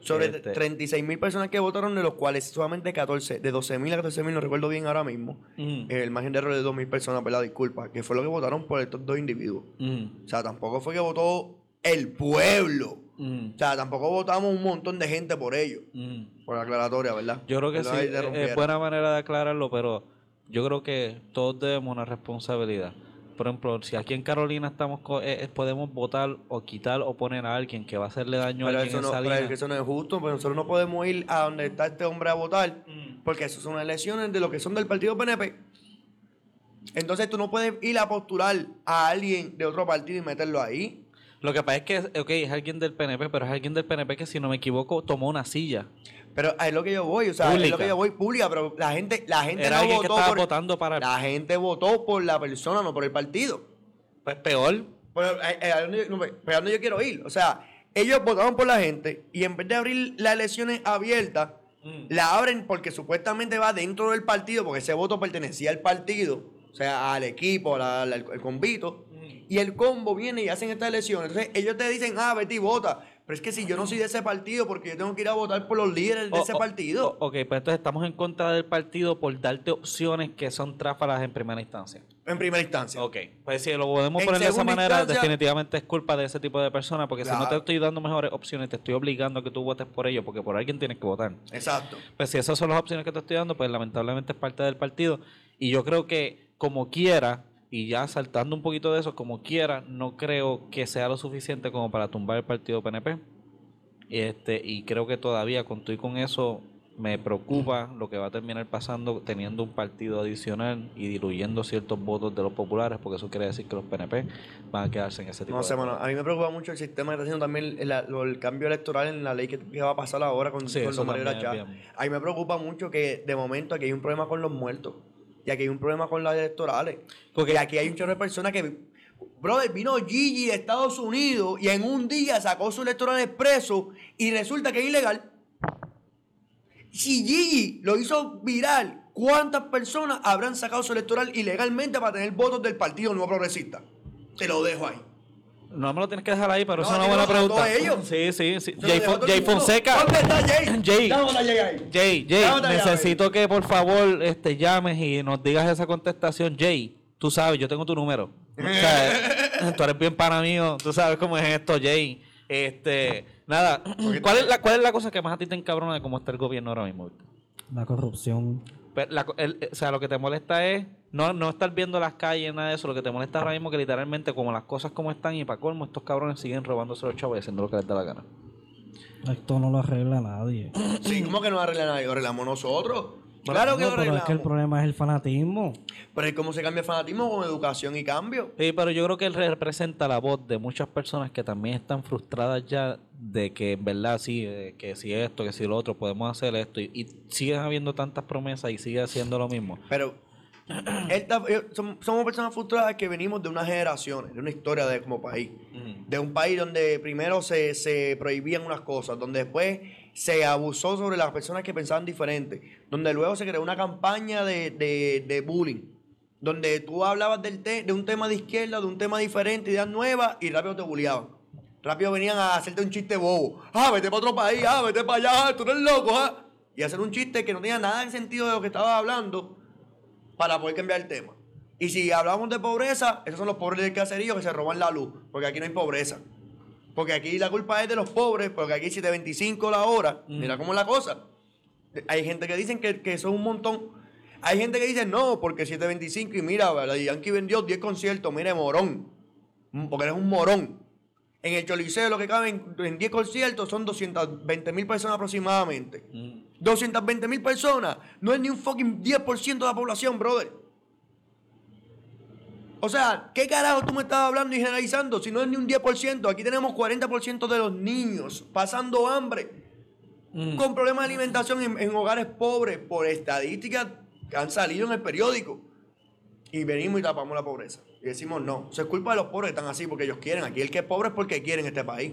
Speaker 2: Sobre
Speaker 1: Este.
Speaker 2: 36 mil personas que votaron, de los cuales solamente 14, de 12 mil a 14 mil, no recuerdo bien ahora mismo,
Speaker 1: Mm,
Speaker 2: el margen de error es de 2 mil personas, ¿verdad? Disculpa, que fue lo que votaron por estos dos individuos.
Speaker 1: mm.
Speaker 2: O sea, tampoco fue que votó el pueblo.
Speaker 1: Mm,
Speaker 2: O sea, tampoco votamos un montón de gente por ellos.
Speaker 1: mm.
Speaker 2: Por la aclaratoria, ¿verdad?
Speaker 1: Yo creo que sí,
Speaker 2: Perdón ahí te
Speaker 1: eh, es
Speaker 2: rompiera.
Speaker 1: buena manera de aclararlo, pero yo creo que todos debemos una responsabilidad. Por ejemplo, si aquí en Carolina estamos co- eh, eh, podemos votar o quitar o poner a alguien que va a hacerle daño
Speaker 2: Pero
Speaker 1: a alguien
Speaker 2: eso, no,
Speaker 1: en
Speaker 2: pero
Speaker 1: Salinas.
Speaker 2: es que eso no es justo, porque nosotros no podemos ir a donde está este hombre a votar,
Speaker 1: Mm.
Speaker 2: porque eso son elecciones de lo que son del partido PNP. Entonces tú no puedes ir a postular a alguien de otro partido y meterlo ahí.
Speaker 1: Lo que pasa es que, ok, es alguien del PNP, pero es alguien del PNP que, si no me equivoco, tomó una silla.
Speaker 2: Pero es lo que yo voy, o sea, es lo
Speaker 1: Pública.
Speaker 2: que yo voy pública, pero la gente, la gente
Speaker 1: Era
Speaker 2: no
Speaker 1: alguien que
Speaker 2: votó
Speaker 1: estaba
Speaker 2: por
Speaker 1: votando para...
Speaker 2: la gente votó por la persona, no por el partido.
Speaker 1: Pues peor.
Speaker 2: Pero, eh, eh, a dónde yo- no, pero a dónde yo quiero ir. O sea, ellos votaron por la gente y en vez de abrir las elecciones abiertas, la abren porque supuestamente va dentro del partido, porque ese voto pertenecía al partido, o sea, al equipo, a la- la- al convito. Y el combo viene y hacen estas elecciones. Entonces ellos te dicen, ah, vete y vota. Pero es que si yo no soy de ese partido, porque yo tengo que ir a votar por los líderes de
Speaker 1: O-
Speaker 2: ese
Speaker 1: o-
Speaker 2: partido.
Speaker 1: o- ok, pues entonces estamos en contra del partido por darte opciones que son tráfalas en primera instancia.
Speaker 2: en primera instancia.
Speaker 1: Ok, pues si lo podemos
Speaker 2: En
Speaker 1: poner de esa
Speaker 2: segunda
Speaker 1: manera,
Speaker 2: instancia-
Speaker 1: definitivamente es culpa de ese tipo de personas, porque si no te
Speaker 2: Claro.
Speaker 1: estoy dando mejores opciones, te estoy obligando a que tú votes por ellos, porque por alguien tienes que votar.
Speaker 2: Exacto.
Speaker 1: Pues si esas son las opciones que te estoy dando, pues lamentablemente es parte del partido. Y yo creo que como quiera, y ya saltando un poquito de eso, como quiera, no creo que sea lo suficiente como para tumbar el partido PNP. Este, y creo que todavía con tú y con eso me preocupa lo que va a terminar pasando teniendo un partido adicional y diluyendo ciertos votos de los populares, porque eso quiere decir que los PNP van a quedarse en ese tipo
Speaker 2: No
Speaker 1: de
Speaker 2: sé, mano. A mí me preocupa mucho el sistema que está haciendo también el, la- lo- el cambio electoral en la ley que, que va a pasar ahora con,
Speaker 1: Sí,
Speaker 2: con
Speaker 1: eso
Speaker 2: los mayores
Speaker 1: también es
Speaker 2: achados.
Speaker 1: bien.
Speaker 2: A mí me preocupa mucho que de momento aquí hay un problema con los muertos. Y aquí hay un problema con las electorales. Porque aquí hay un chorro de personas que. Brother, vino Gigi de Estados Unidos y en un día sacó su electoral expreso y resulta que es ilegal. Si Gigi lo hizo viral, ¿cuántas personas habrán sacado su electoral ilegalmente para tener votos del Partido Nuevo Progresista? Te lo dejo ahí.
Speaker 1: No me lo tienes que dejar ahí, pero
Speaker 2: No,
Speaker 1: es una
Speaker 2: aquí
Speaker 1: buena
Speaker 2: no, a
Speaker 1: pregunta.
Speaker 2: todos ellos.
Speaker 1: Sí, sí, sí.
Speaker 2: Se lo
Speaker 1: Jay,
Speaker 2: dejó
Speaker 1: Fon-
Speaker 2: todo
Speaker 1: Jay
Speaker 2: el mundo.
Speaker 1: Fonseca.
Speaker 2: ¿Dónde está Jay?
Speaker 1: Jay.
Speaker 2: Dame otra Jay ahí.
Speaker 1: Jay,
Speaker 2: Dame
Speaker 1: Jay,
Speaker 2: otra llave.
Speaker 1: necesito que por favor este, llames y nos digas esa contestación. Jay, tú sabes, yo tengo tu número. O sea, (laughs) tú eres bien pana mío, tú sabes cómo es esto, Jay. Este, nada, ¿cuál es, la, ¿cuál es la cosa que más a ti te encabrona de cómo está el gobierno ahora mismo? Víctor?
Speaker 3: La corrupción.
Speaker 1: Pero la co- el- eh, o sea, lo que te molesta es no, no estar viendo las calles, nada de eso. Lo que te molesta ahora mismo es que literalmente como las cosas como están y para colmo, estos cabrones siguen robándose los chavos y haciendo lo que les da la gana.
Speaker 3: Esto no lo arregla nadie.
Speaker 2: Sí, ¿cómo que no arregla nadie? Lo arreglamos nosotros. claro que lo
Speaker 3: No, pero es
Speaker 2: arreglamos.
Speaker 3: que el problema es el fanatismo.
Speaker 2: Pero es cómo se cambia el fanatismo con educación y cambio.
Speaker 1: Sí, pero yo creo que él representa la voz de muchas personas que también están frustradas ya de que en verdad sí, eh, que si esto, que si lo otro, podemos hacer esto. Y, y siguen habiendo tantas promesas y sigue haciendo lo mismo.
Speaker 2: Pero él está- él- som- somos personas frustradas que venimos de unas generaciones, de una historia de como país. De un país donde primero se, se prohibían unas cosas, donde después se abusó sobre las personas que pensaban diferente, donde luego se creó una campaña de, de- de bullying, donde tú hablabas del te- de un tema de izquierda, de un tema diferente, ideas nuevas, y rápido te bulleaban. Rápido venían a hacerte un chiste bobo. Ah, vete para otro país, ah, vete para allá, ah, tú eres loco, ah. Y hacer un chiste que no tenía nada de sentido de lo que estabas hablando para poder cambiar el tema. Y si hablamos de pobreza, esos son los pobres del caserío que se roban la luz, porque aquí no hay pobreza. Porque aquí la culpa es de los pobres, porque aquí 7.25 la hora, mira cómo es la cosa. Hay gente que dicen que, que eso es un montón. Hay gente que dice, no, porque 7.25 y mira, la Yankee vendió 10 conciertos, mire, morón. Mm, Porque eres un morón. En el Choliseo lo que caben en 10 conciertos son 220 mil personas aproximadamente.
Speaker 1: Mm,
Speaker 2: 220 mil personas. No es ni un fucking 10% de la población, brother. O sea, ¿qué carajo tú me estás hablando y generalizando? Si no es ni un 10%, aquí tenemos 40% de los niños pasando hambre con problemas de alimentación en, en hogares pobres por estadísticas que han salido en el periódico. Y venimos y tapamos la pobreza. Y decimos, no, eso es culpa de los pobres que están así porque ellos quieren. Aquí el que es pobre es porque quiere en este país.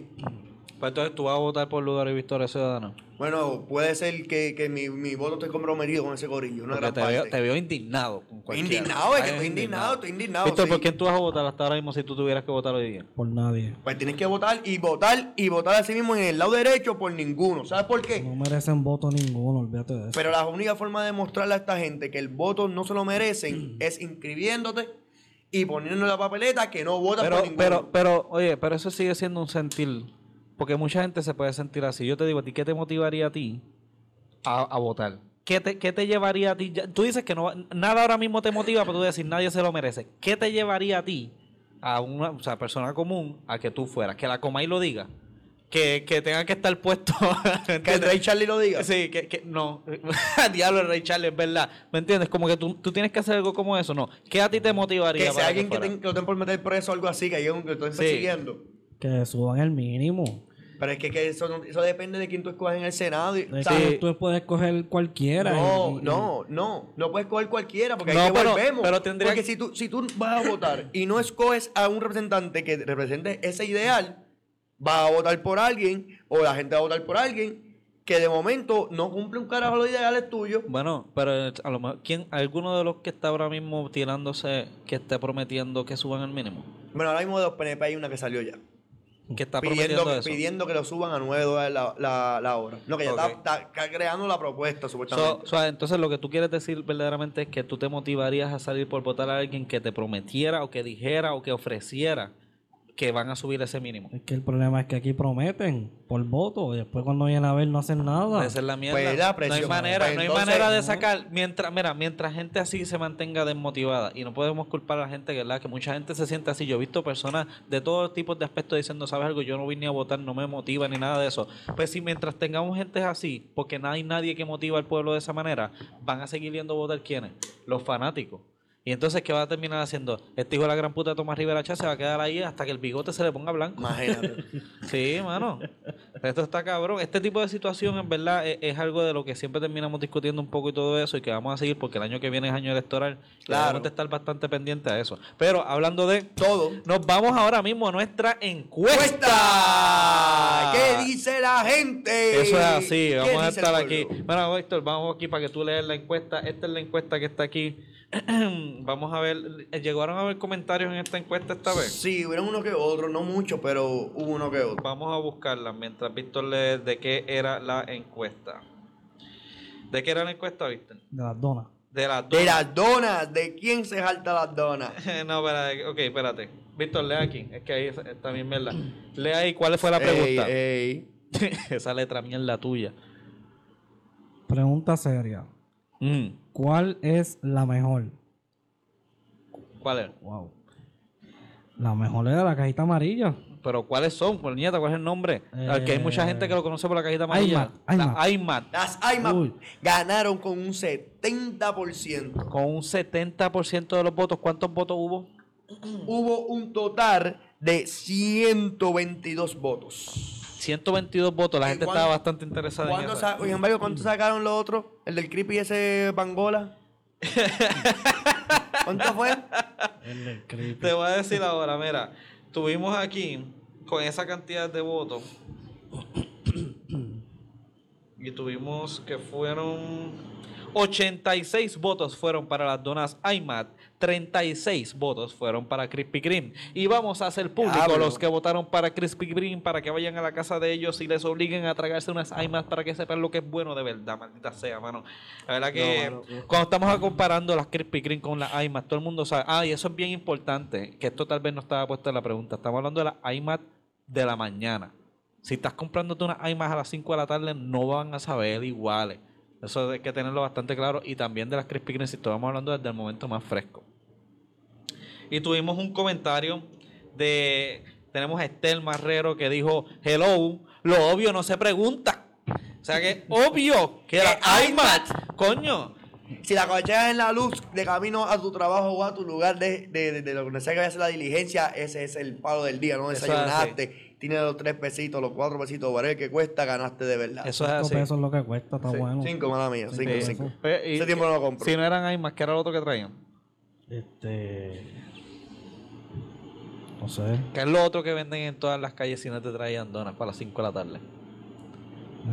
Speaker 1: Pues entonces tú vas a votar por Lugar y Victoria Ciudadana.
Speaker 2: Bueno, puede ser que, que mi, mi voto esté comprometido con ese gorillo. Una
Speaker 1: Porque
Speaker 2: gran
Speaker 1: te veo,
Speaker 2: parte. Pues
Speaker 1: te veo indignado. con cualquiera.
Speaker 2: Indignado, es que
Speaker 1: Estás
Speaker 2: estoy indignado, estoy indignado.
Speaker 1: Víctor,
Speaker 2: sí.
Speaker 1: ¿por quién tú vas a votar hasta ahora mismo si tú tuvieras que votar hoy día?
Speaker 3: Por nadie.
Speaker 2: Pues tienes que votar y votar y votar así mismo en el lado derecho por ninguno. ¿Sabes por qué?
Speaker 3: No merecen voto ninguno, olvídate de eso.
Speaker 2: Pero
Speaker 1: Mm.
Speaker 2: la única forma de mostrarle a esta gente que el voto no se lo merecen es inscribiéndote y poniendo en la papeleta que no votas
Speaker 1: Pero,
Speaker 2: por ninguno.
Speaker 1: pero, pero, oye, pero eso sigue siendo un sentir. Porque mucha gente se puede sentir así. Yo te digo, ¿a ti qué te motivaría a ti a, a votar? ¿Qué te, qué te llevaría a ti? Ya- Tú dices que no va- nada ahora mismo te motiva, pero tú decís, nadie se lo merece. ¿Qué te llevaría a ti, a una o sea, persona común, a que tú fueras? Que la coma y lo diga. Que, que tenga que estar puesto. (laughs)
Speaker 2: que el
Speaker 1: ¿entiendes?
Speaker 2: Rey Charlie lo diga.
Speaker 1: Sí, que, que no. (laughs) Diablo, el Rey Charles, es verdad. ¿Me entiendes? Como que tú, tú tienes que hacer algo como eso, ¿no? ¿Qué a ti te motivaría?
Speaker 2: que
Speaker 1: para
Speaker 2: sea alguien que,
Speaker 1: fuera?
Speaker 2: ten- que lo tenga por meter preso o algo así, que alguien que lo estén
Speaker 1: Sí.
Speaker 2: persiguiendo.
Speaker 3: Que suban el mínimo.
Speaker 2: Pero es que, que eso, no- eso depende de quién tú escojas en el Senado. y-
Speaker 3: De
Speaker 2: o sea,
Speaker 3: que tú puedes coger cualquiera.
Speaker 2: No,
Speaker 3: y- y-
Speaker 2: no, no. No puedes coger cualquiera porque ahí
Speaker 1: No,
Speaker 2: te
Speaker 1: pero-
Speaker 2: volvemos.
Speaker 1: pero tendría
Speaker 2: Porque
Speaker 1: que-
Speaker 2: si tú, si tú vas a votar y no escoges a un representante que represente ese ideal, vas a votar por alguien o la gente va a votar por alguien que de momento no cumple un carajo los ideales tuyos.
Speaker 1: Bueno, pero eh, a lo mejor, ¿quién, alguno de los que está ahora mismo tirándose, que esté prometiendo que suban el mínimo?
Speaker 2: Bueno, ahora mismo de los PNP hay una que salió ya.
Speaker 1: Que está
Speaker 2: Pidiendo,
Speaker 1: prometiendo eso.
Speaker 2: pidiendo que lo suban a 9 dólares la, la, la hora. No, que ya
Speaker 1: Ok.
Speaker 2: está, está creando la propuesta,
Speaker 1: So-
Speaker 2: supuestamente.
Speaker 1: so, entonces lo que tú quieres decir verdaderamente es que tú te motivarías a salir por votar a alguien que te prometiera o que dijera o que ofreciera que van a subir ese mínimo.
Speaker 3: Es que el problema es que aquí prometen por voto. Y después cuando vienen a ver no hacen nada.
Speaker 1: Esa es la mierda.
Speaker 2: Pues la
Speaker 1: no hay
Speaker 2: presión.
Speaker 1: manera,
Speaker 2: Pues
Speaker 1: no hay
Speaker 2: entonces-
Speaker 1: manera de sacar. Mientras, mira, mientras gente así se mantenga desmotivada y no podemos culpar a la gente, ¿verdad? Que mucha gente se siente así. Yo he visto personas de todos tipos de aspectos diciendo, ¿sabes algo? Yo no vine a votar, no me motiva ni nada de eso. Pues si mientras tengamos gente así, porque no hay nadie que motiva al pueblo de esa manera, van a seguir yendo a votar quiénes? Los fanáticos. Y entonces, ¿qué va a terminar haciendo? Este hijo de la gran puta Tomás Rivera Chá se va a quedar ahí hasta que el bigote se le ponga blanco.
Speaker 2: Imagínate.
Speaker 1: Sí, mano. Esto está cabrón. Este tipo de situación, en verdad, e-, es, es algo de lo que siempre terminamos discutiendo un poco y todo eso, y que vamos a seguir porque el año que viene es año electoral.
Speaker 2: Claro.
Speaker 1: Claro. Vamos a estar bastante pendiente a eso. Pero hablando de.
Speaker 2: Todo.
Speaker 1: Nos vamos ahora mismo a nuestra encuesta.
Speaker 2: ¡Cuesta! ¿Qué dice la gente?
Speaker 1: Eso es así,
Speaker 2: ¿Qué
Speaker 1: vamos a
Speaker 2: dice el
Speaker 1: estar
Speaker 2: pueblo?
Speaker 1: aquí. Bueno, Víctor, vamos aquí para que tú leas la encuesta. Esta es la encuesta que está aquí. (clears throat) vamos a ver, ¿llegaron a ver comentarios en esta encuesta esta vez?
Speaker 2: Sí, hubieron uno que otro, no mucho, pero hubo uno que otro.
Speaker 1: Vamos a buscarla mientras Víctor lee de qué era la encuesta. ¿De qué era la encuesta, Víctor?
Speaker 3: De las donas.
Speaker 1: De las dos.
Speaker 2: De las donas, ¿de quién se salta las donas?
Speaker 1: (laughs) no, espérate, ok, espérate. Víctor, lee aquí. Es que ahí es- está bien, ¿verdad? Lee ahí cuál
Speaker 2: Eh,
Speaker 1: fue la pregunta.
Speaker 2: Ey, ey.
Speaker 1: (laughs) Esa letra mierda tuya.
Speaker 3: Pregunta seria.
Speaker 1: Mm,
Speaker 3: ¿Cuál es la mejor?
Speaker 1: ¿Cuál es?
Speaker 3: Wow. La mejor era la cajita amarilla.
Speaker 1: Pero ¿cuáles son? Por nieta, ¿cuál es el nombre? Al que hay mucha
Speaker 3: Eh,
Speaker 1: gente que lo conoce por la cajita amarilla.
Speaker 3: Aymat, Aymat.
Speaker 1: La Aymat.
Speaker 2: Las Aymas
Speaker 3: Uy.
Speaker 2: ganaron con un 70%.
Speaker 1: Con un 70% de los votos. ¿Cuántos votos hubo?
Speaker 2: Hubo un total de 122 votos.
Speaker 1: 122 votos. La
Speaker 2: ¿Y
Speaker 1: gente
Speaker 2: cuán-
Speaker 1: estaba bastante interesada en
Speaker 2: ¿Cuánto
Speaker 1: eso.
Speaker 2: sa- oye, Mario, ¿cuánto sacaron los otros? ¿El del creepy ese Bangola? ¿Cuánto fue?
Speaker 1: Te voy a decir ahora, mira, tuvimos aquí con esa cantidad de votos y tuvimos que fueron 86 votos fueron para las donas IMAT, 36 votos fueron para Krispy Kreme y vamos a hacer público
Speaker 2: Diablo.
Speaker 1: los que votaron para Krispy Kreme para que vayan a la casa de ellos y les obliguen a tragarse unas IMAT para que sepan lo que es bueno de verdad, maldita sea, mano. La verdad que
Speaker 2: No, mano.
Speaker 1: cuando estamos comparando las Krispy Kreme con las IMAT, todo el mundo sabe. Ah, y eso es bien importante, que esto tal vez no estaba puesto en la pregunta. Estamos hablando de las IMAT de la mañana. Si estás comprándote unas IMAT a las 5 de la tarde, no van a saber iguales. Eso hay que tenerlo bastante claro. Y también de las Krispy Kreme, si estamos hablando desde el momento más fresco. Y tuvimos un comentario de. Tenemos a Estel Marrero que dijo: Hello, lo obvio no se pregunta. O sea que obvio que la
Speaker 2: Que
Speaker 1: IMAT, coño.
Speaker 2: Si la cocheas en la luz de camino a tu trabajo o a tu lugar de, de, de, de donde sea que vayas a hacer la diligencia, ese es el palo del día, no
Speaker 1: Eso es
Speaker 2: desayunaste, tienes los tres pesitos, los cuatro pesitos, whatever que cuesta, ganaste de verdad.
Speaker 1: Eso es
Speaker 3: Cinco
Speaker 1: así.
Speaker 3: pesos es lo que cuesta, está
Speaker 2: Sí,
Speaker 3: bueno.
Speaker 2: Cinco, mala mía,
Speaker 3: Sí,
Speaker 2: cinco,
Speaker 3: sí.
Speaker 2: cinco.
Speaker 1: Eh, y-
Speaker 2: Ese tiempo no lo compro.
Speaker 1: Si no eran ahí más que era el otro que traían.
Speaker 3: Este. No sé.
Speaker 1: Que es lo otro que venden en todas las calles si no te traían donas para las 5 de la tarde.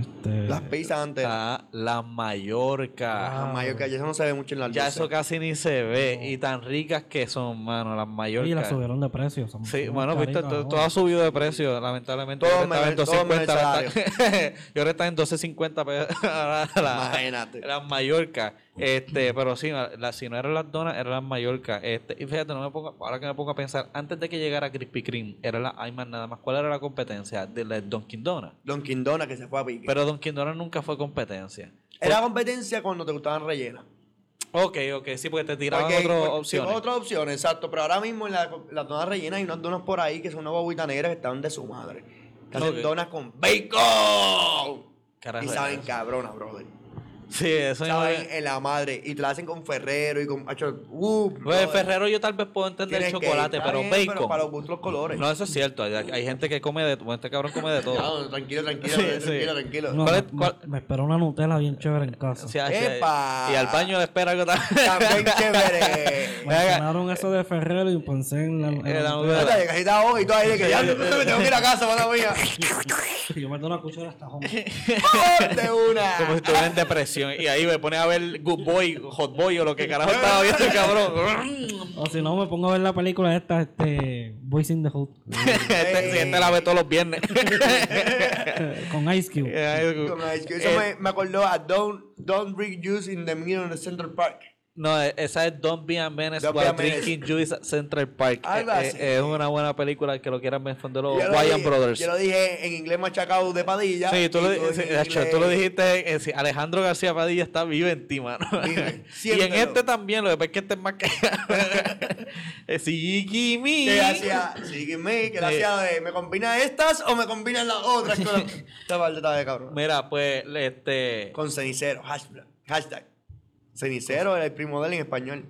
Speaker 3: Este.
Speaker 2: Las pizzas antes,
Speaker 1: Está la Mallorca.
Speaker 3: Ah,
Speaker 2: las mayores que ya eso no se ve mucho en las
Speaker 1: ya
Speaker 2: luces.
Speaker 1: eso casi ni se ve. Y tan ricas que son, mano, las Mallorca.
Speaker 3: y la subieron de precio. son
Speaker 1: Sí,
Speaker 3: muy
Speaker 1: bueno, Víctor,
Speaker 3: caritas
Speaker 1: todo, todo
Speaker 3: ahora.
Speaker 1: ha subido de precio, lamentablemente.
Speaker 2: Todo
Speaker 1: Yo estaba en
Speaker 2: menos- todo
Speaker 1: 250,
Speaker 2: menos
Speaker 1: (laughs) ahora está- y ahora está en 12.50 pe- ahora la,
Speaker 2: Imagínate.
Speaker 1: la Mallorca. Este, pero sí, la- la- si no eran las donas, eran las Mallorca. Este, y fíjate, no me pongo, ahora que me pongo a pensar, antes de que llegara Krispy Kreme, era la Ayman nada más. ¿Cuál era la competencia? De la Dunkin' Donuts.
Speaker 2: Don Quindona que se fue a pique.
Speaker 1: Pero pues, Dunkin' Donuts nunca fue competencia.
Speaker 2: Era competencia cuando te gustaban rellenas.
Speaker 1: Ok, ok, sí, porque te tiraban
Speaker 2: Porque-
Speaker 1: otras
Speaker 2: porque-
Speaker 1: opciones.
Speaker 2: sí, otras opciones, exacto. Pero ahora mismo en la- las donas rellenas hay unas donas por ahí que son una bobita negra que están de su madre. Que hacen
Speaker 1: Ok.
Speaker 2: donas con bacon.
Speaker 1: Carajo,
Speaker 2: y saben
Speaker 1: eso.
Speaker 2: cabrona, brother.
Speaker 1: Sí, eso mismo
Speaker 2: Saben
Speaker 1: es-
Speaker 2: en la madre. Y te la hacen con Ferrero y con. hacho, Uh,
Speaker 1: Pues,
Speaker 2: brother,
Speaker 1: Ferrero yo tal vez puedo entender el
Speaker 2: tienes que ir.
Speaker 1: chocolate,
Speaker 2: Está
Speaker 1: pero
Speaker 2: bien,
Speaker 1: bacon.
Speaker 2: Pero para los gustos los colores.
Speaker 1: No, eso es cierto. Hay, hay gente que come de todo. Este cabrón come de todo.
Speaker 2: Ya, tranquilo, tranquilo,
Speaker 1: Sí,
Speaker 2: brother,
Speaker 1: sí.
Speaker 2: tranquilo, tranquilo.
Speaker 3: No,
Speaker 1: ¿Cuál es-
Speaker 3: me-
Speaker 1: cuál-
Speaker 3: Me, espero una Nutella bien chévere en casa.
Speaker 1: O sea, si-
Speaker 2: ¡Epa!
Speaker 1: Y al baño le espera algo también. (laughs)
Speaker 2: También chévere.
Speaker 1: venga.
Speaker 3: Mencionaron eso de Ferrero y pensé en la, en la
Speaker 1: Eh, la
Speaker 3: Nutella.
Speaker 2: Yo te cajita hoy y todo ahí de que ya me tengo que ir a casa, mala
Speaker 1: (laughs)
Speaker 2: mía.
Speaker 3: (laughs) Yo me doy una cuchara hasta home.
Speaker 2: ¡Ponte una!
Speaker 1: Como si estuviera en depresión. Y ahí me pone a ver Good Boy, Hot Boy o lo que carajo estaba viendo
Speaker 2: (laughs)
Speaker 1: el cabrón.
Speaker 3: O si no, me pongo a ver la película esta, este, Boys in
Speaker 1: (laughs)
Speaker 3: the Hood,
Speaker 1: este, sí, este la ve todos
Speaker 2: (laughs)
Speaker 1: los viernes. (laughs)
Speaker 3: eh, con Ice Cube.
Speaker 2: Con Ice Cube. Eso
Speaker 1: Eh.
Speaker 2: me, me acordó a Don't, Don't Drink Juice in the Middle of the Central Park.
Speaker 1: No, eh, esa es Don't Be a Menace
Speaker 2: Don't Be
Speaker 1: while
Speaker 2: a Menace.
Speaker 1: Drinking Juice at Central Park.
Speaker 2: Algo
Speaker 1: Eh,
Speaker 2: así.
Speaker 1: eh, es una buena película que lo quieran ver son de los
Speaker 2: Yo lo
Speaker 1: Wyan
Speaker 2: dije-
Speaker 1: Oh, Brothers.
Speaker 2: Yo lo dije en inglés machacado de padilla.
Speaker 1: Sí, tú
Speaker 2: y
Speaker 1: lo, di- sí,
Speaker 2: dijiste en
Speaker 1: Nacho,
Speaker 2: inglés-
Speaker 1: tú lo dijiste. eh, sí, Alejandro García Padilla está vivo en ti, mano.
Speaker 2: Vive,
Speaker 1: (laughs) y en
Speaker 2: siéntelo.
Speaker 1: este también, lo que pasa es que este es más que. (laughs) sí, Jimmy.
Speaker 2: Que hacía, sí, que me, que le hacía de, ¿me combina estas o me combinan las otras?
Speaker 1: (laughs)
Speaker 2: Con la- Esta maldita de cabrón.
Speaker 1: Mira, pues, este. (laughs)
Speaker 2: Con cenicero, hashtag. hashtag. Cenicero era el primo de él en español.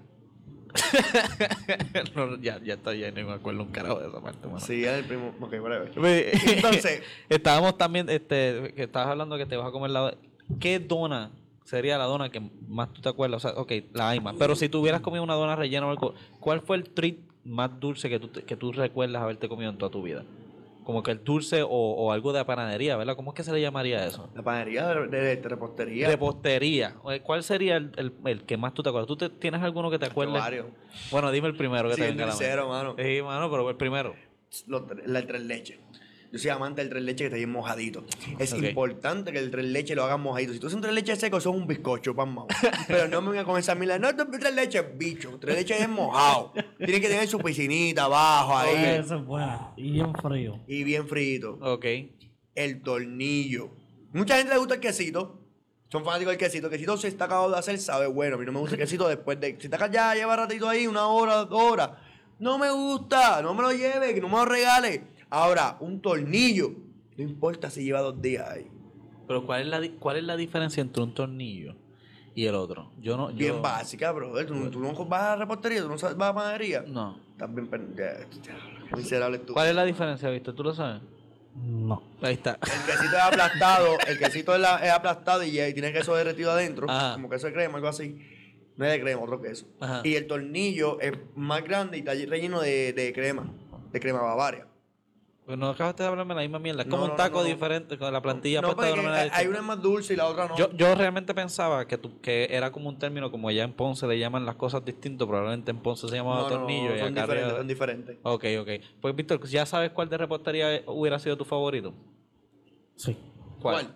Speaker 1: no, ya, ya está, ya no me acuerdo un carajo de esa parte, mano.
Speaker 2: Sí, era el primo. Ok,
Speaker 1: (laughs)
Speaker 2: whatever.
Speaker 1: Ve,
Speaker 2: Entonces-
Speaker 1: estábamos también, este, que estabas hablando que te vas a comer la. ¿Qué dona sería la dona que más tú te acuerdas? O sea, ok, la Aima. Pero si tú hubieras comido una dona rellena o algo, ¿cuál fue el treat más dulce que tú, te- que tú recuerdas haberte comido en toda tu vida? Como que el dulce o, o algo de panadería, ¿verdad? ¿Cómo es que se le llamaría eso?
Speaker 2: La panadería de, de, de repostería.
Speaker 1: Repostería. Eh, ¿Cuál sería el, el- el que más tú te acuerdas? ¿Tú te- tienes alguno que te acuerdes?
Speaker 2: varios.
Speaker 1: Bueno, dime el primero que
Speaker 2: Sí,
Speaker 1: te
Speaker 2: el
Speaker 1: venga a la
Speaker 2: tercero, mano.
Speaker 1: mente. Sí, mano, pero el primero.
Speaker 2: los tre- la- el tres leches. Yo soy amante del tres leches que está bien mojadito. Es
Speaker 1: Ok.
Speaker 2: importante que el tres leches lo hagan mojadito. Si tú haces un tres leches seco, eso es un bizcocho, pan mamá. (laughs) Pero no me voy a comenzar a mirar, no, esto es tres leches, bicho. Tres leches es mojado. Tiene que tener su piscinita abajo ahí.
Speaker 3: Eh, Eso es bueno. Y bien frío.
Speaker 2: Y bien frito.
Speaker 1: Ok.
Speaker 2: El tornillo. Mucha gente le gusta el quesito. Son fanáticos del quesito. El quesito, si está acabado de hacer, sabe bueno. A mí no me gusta el quesito después de. Si está acá ya, lleva ratito ahí, una hora, dos horas. No me gusta. No me lo lleve, que no me lo regale. Ahora, un tornillo. No importa si lleva dos días ahí.
Speaker 1: Pero ¿cuál es la, di- cuál es la diferencia entre un tornillo y el otro? Yo no... Yo,
Speaker 2: Bien básica, bro. Tú, no- tú no vas a la repostería, tú no sabes- vas a panadería.
Speaker 1: No.
Speaker 2: Estás bien pen- ya, ya, qué miserable tú.
Speaker 1: ¿Cuál es la diferencia, Víctor? ¿Tú lo sabes?
Speaker 3: No.
Speaker 1: Ahí está.
Speaker 2: El quesito es aplastado, el quesito es, la- es aplastado y, y tiene queso derretido adentro,
Speaker 1: Ajá.
Speaker 2: como queso de crema, algo así. No es de crema, otro queso.
Speaker 1: Ajá.
Speaker 2: Y el tornillo es más grande y está relleno de, de crema, de crema bavaria.
Speaker 1: (laughs) Pues no acabaste de hablarme la misma mierda. Es como
Speaker 2: No,
Speaker 1: un
Speaker 2: no,
Speaker 1: taco
Speaker 2: no, no.
Speaker 1: diferente, con la plantilla
Speaker 2: No,
Speaker 1: puesta de
Speaker 2: porque
Speaker 1: una manera
Speaker 2: hay
Speaker 1: distinta.
Speaker 2: una más dulce y la otra no.
Speaker 1: Yo, yo realmente pensaba que, tú- que era como un término, como allá en Ponce le llaman las cosas distintas. Probablemente en Ponce se
Speaker 2: no,
Speaker 1: llamaba
Speaker 2: no,
Speaker 1: tornillo y
Speaker 2: son
Speaker 1: acá arriba-
Speaker 2: diferentes, son diferentes.
Speaker 1: Ok, ok. Pues, Víctor, ¿ya sabes cuál de repostería hubiera sido tu favorito?
Speaker 3: Sí.
Speaker 1: ¿Cuál?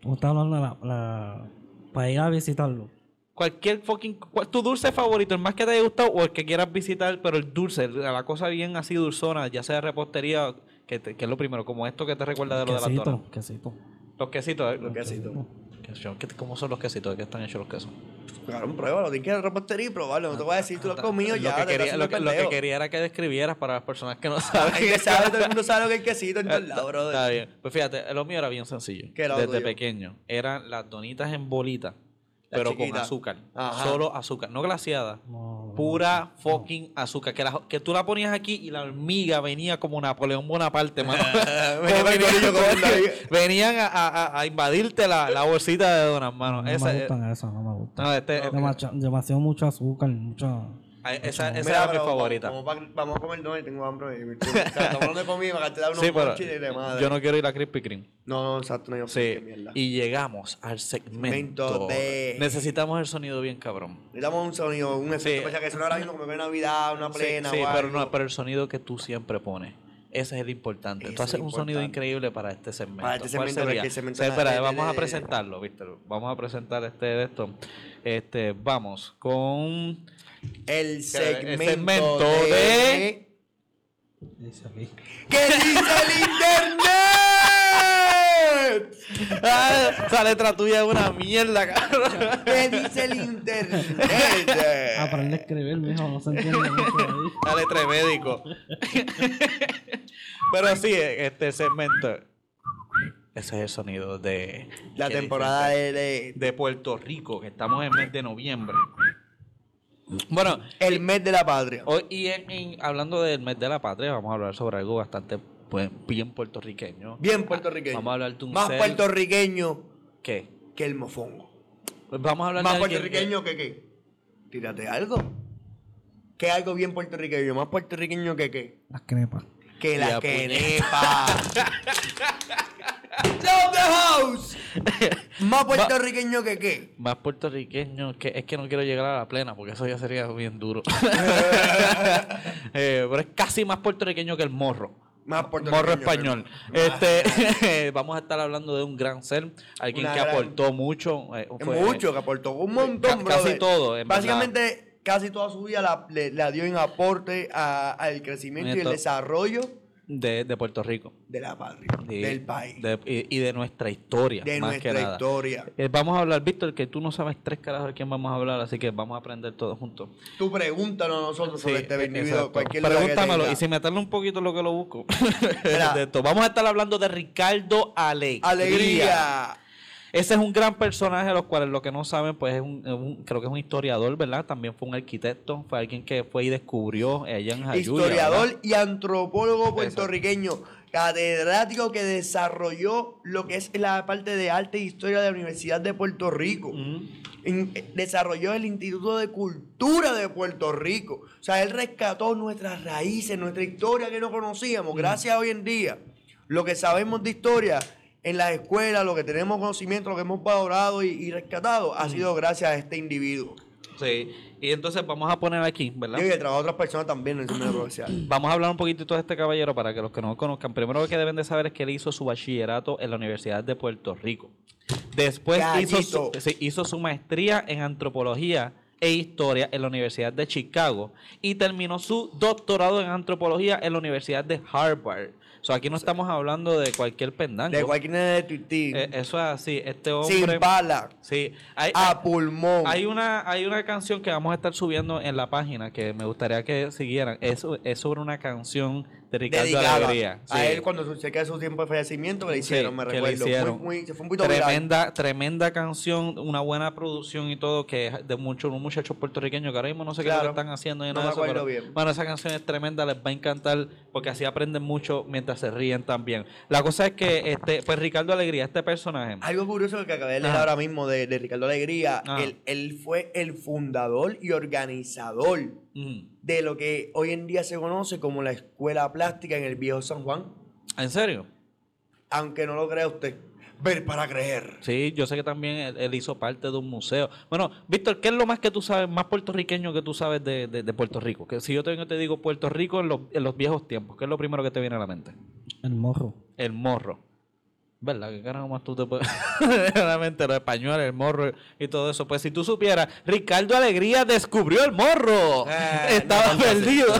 Speaker 3: Tú estás hablando de la, la- Para ir a visitarlo.
Speaker 1: Cualquier fucking. cual- tu dulce favorito, el más que te haya gustado o el que quieras visitar, pero el dulce, la la cosa bien así dulzona, ya sea de repostería, que, te- que es lo primero, como esto que te recuerda de lo de la torre.
Speaker 3: quesito, quesito.
Speaker 1: Los quesitos. eh,
Speaker 2: Los quesitos.
Speaker 1: queso, ¿qué- ¿Cómo son los quesitos? ¿De qué están hechos los quesos?
Speaker 2: Claro, pruébalo, tienes que ir a la repostería y probarlo. No te voy a decir, tú lo has comido
Speaker 1: lo
Speaker 2: ya,
Speaker 1: Que
Speaker 2: te
Speaker 1: quería,
Speaker 2: estás
Speaker 1: lo, que,
Speaker 2: haciendo
Speaker 1: lo que
Speaker 2: pendejo.
Speaker 1: quería era que describieras para las personas que no
Speaker 2: (laughs)
Speaker 1: saben.
Speaker 2: Hay que saber, todo el mundo sabe lo que es el quesito en
Speaker 1: Eh,
Speaker 2: todos
Speaker 1: está-
Speaker 2: lados, brother.
Speaker 1: Está bien. Pues fíjate, lo mío era bien sencillo.
Speaker 2: ¿Qué era lo
Speaker 1: Desde
Speaker 2: tuyo?
Speaker 1: pequeño. Eran las donitas en bolitas,
Speaker 2: Las
Speaker 1: pero con
Speaker 2: chiquitas.
Speaker 1: azúcar.
Speaker 2: Ajá.
Speaker 1: Solo azúcar, no glaciada.
Speaker 3: No, no.
Speaker 2: Ah,
Speaker 1: Pura fucking azúcar. Que, la- que tú la ponías aquí y la hormiga venía como Napoleón Bonaparte, mano.
Speaker 2: (laughs) Venía para el corillo con la hormiga.
Speaker 1: venían a, a- a invadirte la, la bolsita de donas, mano.
Speaker 3: No
Speaker 1: Esa,
Speaker 3: me
Speaker 1: eh,
Speaker 3: gustan esas, no me gustan.
Speaker 1: no, este- este-
Speaker 3: Demasi- demasiado mucho azúcar, mucha...
Speaker 1: ah, esa, esa
Speaker 2: Mira,
Speaker 1: era mi
Speaker 2: pero vamos-
Speaker 1: favorita.
Speaker 2: Vamos, pa- vamos a comer donuts, tengo hambre. y me- (laughs) o sea, Estamos hablando de comida, me acabas de dar unos
Speaker 1: Sí, pero
Speaker 2: chiles de madre.
Speaker 1: yo no quiero ir a Krispy Kreme.
Speaker 2: No, no, exacto, no yo
Speaker 1: Sí.
Speaker 2: qué mierda.
Speaker 1: Y llegamos al segmento.
Speaker 2: Segmento de-
Speaker 1: Necesitamos el sonido bien cabrón.
Speaker 2: Necesitamos un sonido, un efecto
Speaker 1: Sí.
Speaker 2: para que suene ahora mismo como que Navidad, una plena
Speaker 1: sí,
Speaker 2: o
Speaker 1: sí, pero
Speaker 2: algo.
Speaker 1: no, pero el sonido que tú siempre pones. Ese es el importante.
Speaker 2: Ese
Speaker 1: Tú haces
Speaker 2: es
Speaker 1: un sonido
Speaker 2: importante.
Speaker 1: increíble para este segmento.
Speaker 2: Para este
Speaker 1: ¿Cuál
Speaker 2: segmento, para
Speaker 1: sería?
Speaker 2: que el segmento
Speaker 1: O sea,
Speaker 2: sea-
Speaker 1: espera,
Speaker 2: de- de-
Speaker 1: vamos a
Speaker 2: de- de-
Speaker 1: presentarlo, ¿viste? Vamos a presentar este de esto. Este, vamos con
Speaker 2: El segmento,
Speaker 1: segmento
Speaker 2: de...
Speaker 1: de-
Speaker 3: Dice aquí.
Speaker 2: ¿Qué dice el internet?
Speaker 1: Ah, esa letra tuya es una mierda, cabrón.
Speaker 2: ¿Qué dice el
Speaker 1: Ah,
Speaker 2: internet?
Speaker 3: Aprende a escribir, mijo, no se entiende mucho
Speaker 1: (laughs)
Speaker 3: ahí.
Speaker 1: La letra de médico. Pero sí, este segmento. Ese es el sonido de
Speaker 2: La
Speaker 1: que
Speaker 2: temporada de,
Speaker 1: dicen
Speaker 2: de-
Speaker 1: que- de Puerto Rico, que estamos en mes de noviembre. Bueno,
Speaker 2: El mes de la patria.
Speaker 1: Hoy, y en- en- hablando del mes de la patria, vamos a hablar sobre algo bastante pues, bien puertorriqueño.
Speaker 2: Bien puertorriqueño.
Speaker 1: Vamos a hablar de un
Speaker 2: Más
Speaker 1: ser-
Speaker 2: puertorriqueño
Speaker 1: ¿Qué? Pues
Speaker 2: que el mofongo.
Speaker 1: Vamos a hablar
Speaker 2: Más
Speaker 1: de alguien que-
Speaker 2: puertorriqueño que qué. Tírate algo. ¿Qué algo bien puertorriqueño? Más puertorriqueño que qué.
Speaker 3: Las crepas.
Speaker 2: Que
Speaker 1: Ya,
Speaker 2: la
Speaker 1: (laughs)
Speaker 2: quenepa. Love the house. Más puertorriqueño que qué.
Speaker 1: Más puertorriqueño, que es que no quiero llegar a la plena, porque eso ya sería
Speaker 2: (laughs)
Speaker 1: bien duro. (laughs) Eh, pero es casi más puertorriqueño que el morro.
Speaker 2: Más puertorriqueño.
Speaker 1: Morro
Speaker 2: que-
Speaker 1: español. Este, (laughs) vamos a estar hablando de un gran ser, alguien
Speaker 2: Una
Speaker 1: que
Speaker 2: gran-
Speaker 1: aportó mucho. eh, fue-
Speaker 2: mucho, que aportó un montón,
Speaker 1: Ca- casi
Speaker 2: brother.
Speaker 1: todo, en
Speaker 2: Básicamente, casi toda su vida la, le, la dio en aporte a- al crecimiento y el
Speaker 1: Esto-
Speaker 2: desarrollo
Speaker 1: de, de Puerto Rico.
Speaker 2: de la patria,
Speaker 1: Y-
Speaker 2: del país, de,
Speaker 1: de- eh, y, y de nuestra historia. más que
Speaker 2: nuestra
Speaker 1: nada.
Speaker 2: historia.
Speaker 1: Eh, vamos a hablar, Víctor, que tú no sabes tres carajos de quién vamos a hablar, así que vamos a aprender todos juntos.
Speaker 2: Tú pregúntanos a nosotros
Speaker 1: Sí,
Speaker 2: sobre este
Speaker 1: eh,
Speaker 2: individuo,
Speaker 1: exacto.
Speaker 2: cualquier duda que
Speaker 1: Pregúntamelo
Speaker 2: tenga.
Speaker 1: y sin meterle un poquito lo que lo busco. (laughs)
Speaker 2: Mira.
Speaker 1: De esto. Vamos a estar hablando de Ricardo Alegría.
Speaker 2: Alegría.
Speaker 1: Ese es un gran personaje, los cuales lo que no saben, pues es un, es un- creo que es un historiador, ¿verdad? También fue un arquitecto, fue alguien que fue y descubrió eh, allá en Jayuya, ¿verdad?
Speaker 2: Historiador y antropólogo puertorriqueño, catedrático que desarrolló lo que es la parte de arte e historia de la Universidad de Puerto Rico.
Speaker 1: Ujú.
Speaker 2: en- eh, desarrolló el Instituto de Cultura de Puerto Rico. O sea, él rescató nuestras raíces, nuestra historia que no
Speaker 1: Mm.
Speaker 2: conocíamos. Gracias a hoy en día, lo que sabemos de historia en las escuelas, lo que tenemos conocimiento, lo que hemos valorado y, y rescatado,
Speaker 1: Mm.
Speaker 2: ha sido gracias a este individuo.
Speaker 1: Sí. Y entonces vamos a poner aquí, ¿verdad?
Speaker 2: Yo y el trabajo de otras personas también en el medio provincial.
Speaker 1: Vamos a hablar un poquitito de este caballero para que los que no lo conozcan, primero que deben de saber es que él hizo su bachillerato en la Universidad de Puerto Rico. Después hizo su,
Speaker 2: Gallito.
Speaker 1: sí, hizo su maestría en antropología e historia en la Universidad de Chicago y terminó su doctorado en antropología en la Universidad de Harvard. O sea, aquí no estamos hablando de cualquier pendango.
Speaker 2: De cualquier de Tuití,
Speaker 1: Eh, eso es así, este hombre.
Speaker 2: sin Ah, bala,
Speaker 1: Sí, hay,
Speaker 2: a pulmón.
Speaker 1: hay una, hay una canción que vamos a estar subiendo en la página que me gustaría que siguieran. Es, es sobre una canción de Ricardo
Speaker 2: dedicada
Speaker 1: Alegría.
Speaker 2: a
Speaker 1: Sí.
Speaker 2: él cuando su- cerca de su tiempo de fallecimiento que le
Speaker 1: Sí,
Speaker 2: hicieron, me
Speaker 1: que le
Speaker 2: recuerdo.
Speaker 1: hicieron.
Speaker 2: Muy, muy- se fue un poquito viral.
Speaker 1: Tremenda, tremenda canción, una buena producción y todo, que es de muchos muchachos puertorriqueños que ahora mismo no sé qué
Speaker 2: Claro.
Speaker 1: es lo que están haciendo. Y
Speaker 2: No
Speaker 1: nada
Speaker 2: me
Speaker 1: de eso,
Speaker 2: acuerdo
Speaker 1: pero-
Speaker 2: bien.
Speaker 1: Bueno, esa canción es tremenda, les va a encantar porque así aprenden mucho mientras se ríen también. La cosa es que, este, pues Ricardo Alegría, este personaje.
Speaker 2: Algo curioso que acabé de leer
Speaker 1: Ajá.
Speaker 2: ahora mismo de, de Ricardo Alegría,
Speaker 1: Ajá.
Speaker 2: él, él fue el fundador y organizador
Speaker 1: mm,
Speaker 2: de lo que hoy en día se conoce como la escuela plástica en el viejo San Juan,
Speaker 1: ¿En serio?
Speaker 2: aunque no lo crea usted. Ver para creer.
Speaker 1: Sí, yo sé que también él, él hizo parte de un museo. Bueno, Víctor, ¿qué es lo más que tú sabes, más puertorriqueño que tú sabes de, de- de Puerto Rico? Que si yo te, vengo y te digo Puerto Rico en los, en los viejos tiempos, ¿qué es lo primero que te viene a la mente?
Speaker 3: El morro.
Speaker 1: El morro. ¿Verdad? ¿Qué carajo más tú te puedes...? (laughs) Realmente, los españoles, el morro y todo eso. Pues si tú supieras, Ricardo Alegría descubrió el morro.
Speaker 2: Ah,
Speaker 1: (laughs) Estaba
Speaker 2: no, no sé.
Speaker 1: perdido.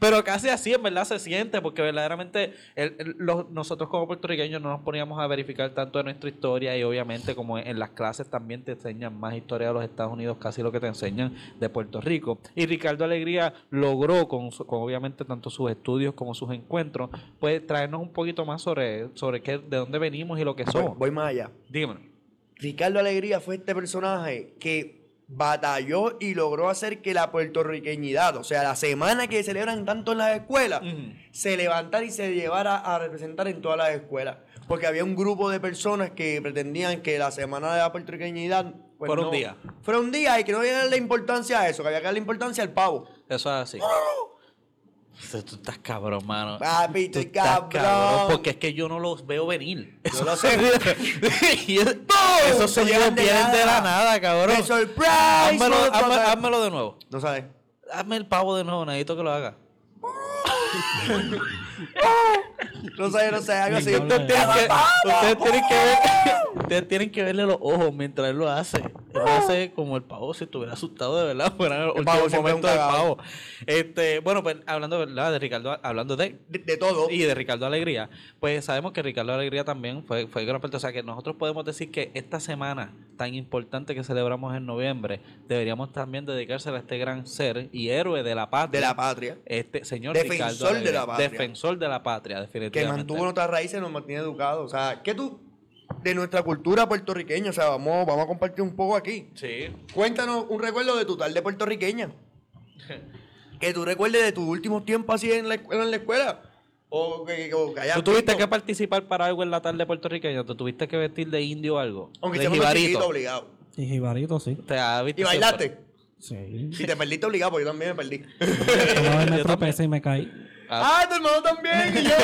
Speaker 1: Pero casi así, en verdad, se siente, porque verdaderamente el- el- los- nosotros como puertorriqueños no nos poníamos a verificar tanto de nuestra historia y obviamente como en, en las clases también te enseñan más historia de los Estados Unidos, casi lo que te enseñan de Puerto Rico. Y Ricardo Alegría logró, con, su- con obviamente tanto sus estudios como sus encuentros, pues traernos un poquito más sobre, sobre qué, de dónde venimos y lo que
Speaker 2: Voy,
Speaker 1: somos.
Speaker 2: voy más allá.
Speaker 1: Dímelo.
Speaker 2: Ricardo Alegría fue este personaje que batalló y logró hacer que la puertorriqueñidad, o sea, la semana que celebran tanto en las escuelas,
Speaker 1: Ujú.
Speaker 2: se levantara y se llevara a representar en todas las escuelas. Porque había un grupo de personas que pretendían que la semana de la puertorriqueñidad. pues,
Speaker 1: Fuera un
Speaker 2: no-
Speaker 1: día.
Speaker 2: Fuera un día y que no había que darle importancia a eso, que había que darle importancia al pavo.
Speaker 1: Eso es así. Tú estás cabrón, mano.
Speaker 2: Papi,
Speaker 1: Tú
Speaker 2: estoy
Speaker 1: estás
Speaker 2: cabrón.
Speaker 1: Porque es que yo no los veo venir.
Speaker 2: Yo lo sé.
Speaker 1: (laughs) Y es-
Speaker 2: Te
Speaker 1: Esos sonidos
Speaker 2: llegan de
Speaker 1: vienen de la
Speaker 2: nada.
Speaker 1: nada, cabrón.
Speaker 2: ¡Qué surprise!
Speaker 1: Házmelo,
Speaker 2: motherfucker!
Speaker 1: házmelo- házmelo de nuevo.
Speaker 2: No sabes.
Speaker 1: Hazme el pavo de nuevo, necesito que lo haga.
Speaker 2: No sé, no sé, algo así.
Speaker 3: Venga,
Speaker 1: Ustedes tienen que, ustedes tienen que ver- (laughs) ustedes tienen que verle los ojos mientras él lo hace. Él lo hace como el pavo si estuviera asustado de verdad. (laughs) Fuera el último
Speaker 2: pavo siempre es un
Speaker 1: momento del
Speaker 2: cagao.
Speaker 1: pavo. Este, bueno, pues hablando de verdad, de Ricardo, hablando de
Speaker 2: De, de todo.
Speaker 1: y de Ricardo Alegría, pues sabemos que Ricardo Alegría también fue, fue gran parte. O sea que nosotros podemos decir que esta semana tan importante que celebramos en noviembre, deberíamos también dedicársela a este gran ser y héroe de la patria.
Speaker 2: de la patria.
Speaker 1: Este señor
Speaker 2: Defensor
Speaker 1: Ricardo
Speaker 2: de
Speaker 1: Alegría.
Speaker 2: la patria.
Speaker 1: Defensor de la patria,
Speaker 2: que
Speaker 1: definitivamente.
Speaker 2: mantuvo nuestras raíces, nos mantiene educados. O sea, que tú, de nuestra cultura puertorriqueña, o sea, vamos, vamos a compartir un poco aquí.
Speaker 1: Sí.
Speaker 2: Cuéntanos un recuerdo de tu tarde
Speaker 1: (laughs)
Speaker 2: puertorriqueña. Que tú recuerdes de tus últimos tiempos así en la escuela. En la escuela. O que, que- o que hayas
Speaker 1: ¿Tú tuviste
Speaker 2: visto,
Speaker 1: que participar para algo en la tarde puertorriqueña? ¿Tú tuviste que vestir de indio o algo?
Speaker 2: Aunque
Speaker 1: de Este
Speaker 2: sea un chiquito obligado.
Speaker 3: Y Jibarito, sí.
Speaker 1: Te has visto
Speaker 2: Y
Speaker 1: siempre.
Speaker 2: bailaste.
Speaker 3: Sí.
Speaker 2: (laughs) Si te perdiste obligado, porque yo también me perdí.
Speaker 3: Una vez me
Speaker 1: Yo
Speaker 3: tropecé y me caí.
Speaker 1: Ah,
Speaker 2: ¡Ah, tu hermano también!
Speaker 1: (laughs)
Speaker 2: Y yo.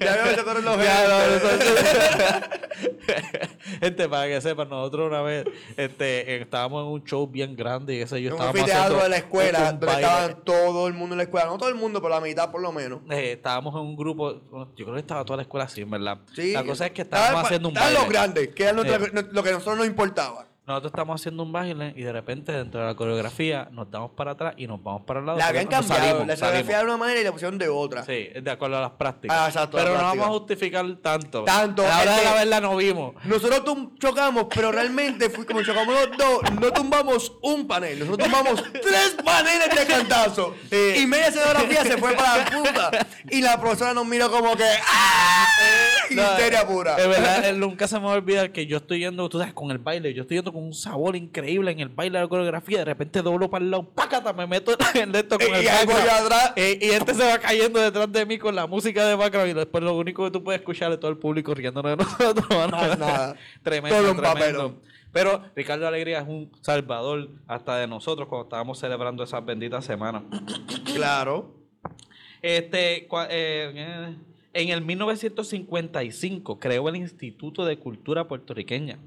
Speaker 2: ya me sacaron los
Speaker 1: ya, no,
Speaker 2: ojos.
Speaker 1: eso- Gente, Este, para que sepan, nosotros una vez este, estábamos en un show bien grande y ese yo
Speaker 2: En un
Speaker 1: estaba
Speaker 2: anfiteatro de la escuela, donde
Speaker 1: estaban
Speaker 2: estaba todo el mundo en la escuela. No todo el mundo, pero la mitad por lo menos.
Speaker 1: eh, estábamos en un grupo, bueno, yo creo que estaba toda la escuela así, en verdad.
Speaker 2: Sí.
Speaker 1: la cosa es que
Speaker 2: Estaban
Speaker 1: estábamos
Speaker 2: pa-
Speaker 1: haciendo un
Speaker 2: estaban
Speaker 1: baile. Eh.
Speaker 2: los grandes, que era nuestra-
Speaker 1: Sí.
Speaker 2: no- lo que a nosotros nos importaba.
Speaker 1: Nosotros estamos haciendo un baile y de repente dentro de la coreografía nos damos para atrás y nos vamos para el lado.
Speaker 2: La
Speaker 1: porque
Speaker 2: habían
Speaker 1: nos
Speaker 2: cambiado,
Speaker 1: salimos,
Speaker 2: la
Speaker 1: salimos.
Speaker 2: geografía de una manera y la pusieron de otra.
Speaker 1: Sí, de acuerdo a las prácticas.
Speaker 2: Ah, exacto,
Speaker 1: Pero
Speaker 2: las
Speaker 1: no
Speaker 2: prácticas.
Speaker 1: vamos a justificar tanto.
Speaker 2: Tanto,
Speaker 1: A la hora de
Speaker 2: este-
Speaker 1: la verdad no vimos.
Speaker 2: Nosotros tum- chocamos, pero realmente fue como chocamos los dos, no tumbamos un panel, nosotros
Speaker 1: (laughs)
Speaker 2: tumbamos tres paneles de cantazo.
Speaker 1: Sí.
Speaker 2: Y media escenografía se fue para la puta. Y la profesora nos miró como que ¡Ah! Histeria pura. (laughs)
Speaker 1: De verdad, eh, nunca se me va a olvidar que yo estoy yendo, tú sabes, con el baile. Yo estoy yendo con un sabor increíble en el baile de la coreografía. De repente doblo para el lado, pácata, me meto en esto con
Speaker 2: Y-
Speaker 1: el
Speaker 2: y algo
Speaker 1: background.
Speaker 2: allá atrás.
Speaker 1: Eh, y este se va cayendo detrás de mí con la música de background. Y después lo único que tú puedes escuchar es todo el público riéndonos de (laughs) nosotros. mano.
Speaker 2: Más nada.
Speaker 1: Tremendo,
Speaker 2: Todo un
Speaker 1: tremendo.
Speaker 2: papelón.
Speaker 1: Pero Ricardo Alegría es un salvador hasta de nosotros cuando estábamos celebrando esas benditas semanas.
Speaker 2: Claro.
Speaker 1: Este, cua- eh, eh, en el 1955 creó el Instituto de Cultura Puertorriqueña.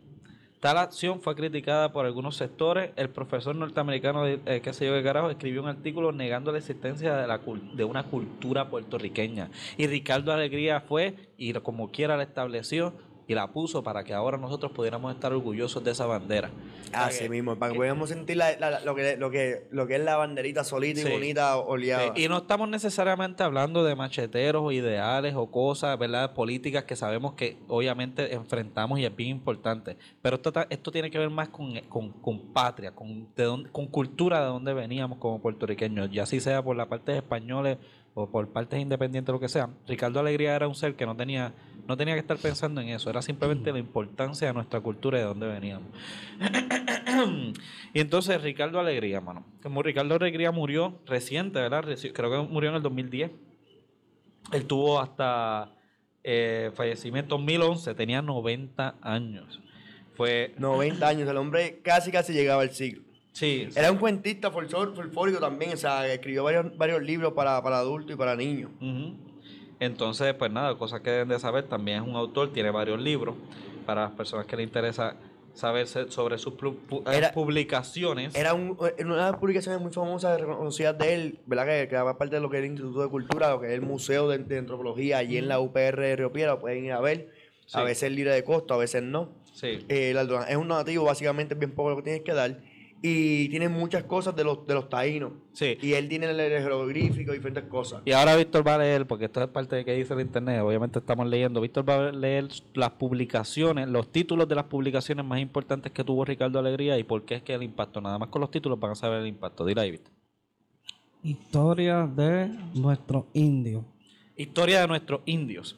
Speaker 1: Tal acción fue criticada por algunos sectores. El profesor norteamericano, de- eh, qué sé yo qué carajo, escribió un artículo negando la existencia de, la cul- de una cultura puertorriqueña. Y Ricardo Alegría fue y como quiera la estableció y la puso para que ahora nosotros pudiéramos estar orgullosos de esa bandera.
Speaker 2: Así
Speaker 1: Eh,
Speaker 2: mismo, para que podamos sentir la- la- la- lo, que, lo, que, lo que es la banderita solita
Speaker 1: Sí.
Speaker 2: y bonita oleada.
Speaker 1: Sí, y no estamos necesariamente hablando de macheteros o ideales o cosas, ¿verdad? Políticas que sabemos que obviamente enfrentamos y es bien importante. Pero esto, ta- esto tiene que ver más con, con, con patria, con, de dónde- con cultura de donde veníamos como puertorriqueños, ya así sea por las partes españoles o por partes independientes, lo que sea. Ricardo Alegría era un ser que no tenía, no tenía que estar pensando en eso, era simplemente la importancia de nuestra cultura y de dónde veníamos. Y entonces Ricardo Alegría, mano. Como Ricardo Alegría murió reciente, ¿verdad? Reci- Creo que murió en el 2010. Él tuvo hasta eh, fallecimiento en 2011, tenía 90 años. Fue.
Speaker 2: 90 años, el hombre casi casi llegaba al siglo.
Speaker 1: Sí,
Speaker 2: Era un cuentista folsor- folclórico también, o sea, escribió varios, varios libros para, para adultos y para niños.
Speaker 1: Ujú. Entonces, pues nada, cosas que deben de saber, también es un autor, tiene varios libros, para las personas que le interesa saber se- sobre sus plu- pu- eh,
Speaker 2: Era-
Speaker 1: publicaciones.
Speaker 2: Era un, en una de las publicaciones muy famosas, reconocidas de él, ¿verdad? Que creaba parte de lo que era el Instituto de Cultura, lo que es el Museo de, de Antropología, allí en la UPR de Río Piedra, lo pueden ir a ver. A
Speaker 1: Sí.
Speaker 2: veces libre de costo, a veces no.
Speaker 1: sí.
Speaker 2: Eh, la aldona- es un donativo, básicamente es bien poco lo que tienes que dar. Y tiene muchas cosas de los, de los taínos.
Speaker 1: Sí.
Speaker 2: Y él tiene el jeroglífico y diferentes cosas.
Speaker 1: Y ahora Víctor va a leer, porque esto es parte de que dice el internet, obviamente estamos leyendo, Víctor va a leer las publicaciones, los títulos de las publicaciones más importantes que tuvo Ricardo Alegría y por qué es que el impacto, nada más con los títulos van a saber el impacto. Dile ahí, Víctor.
Speaker 3: Historia de nuestro indio.
Speaker 1: Historia de nuestros indios.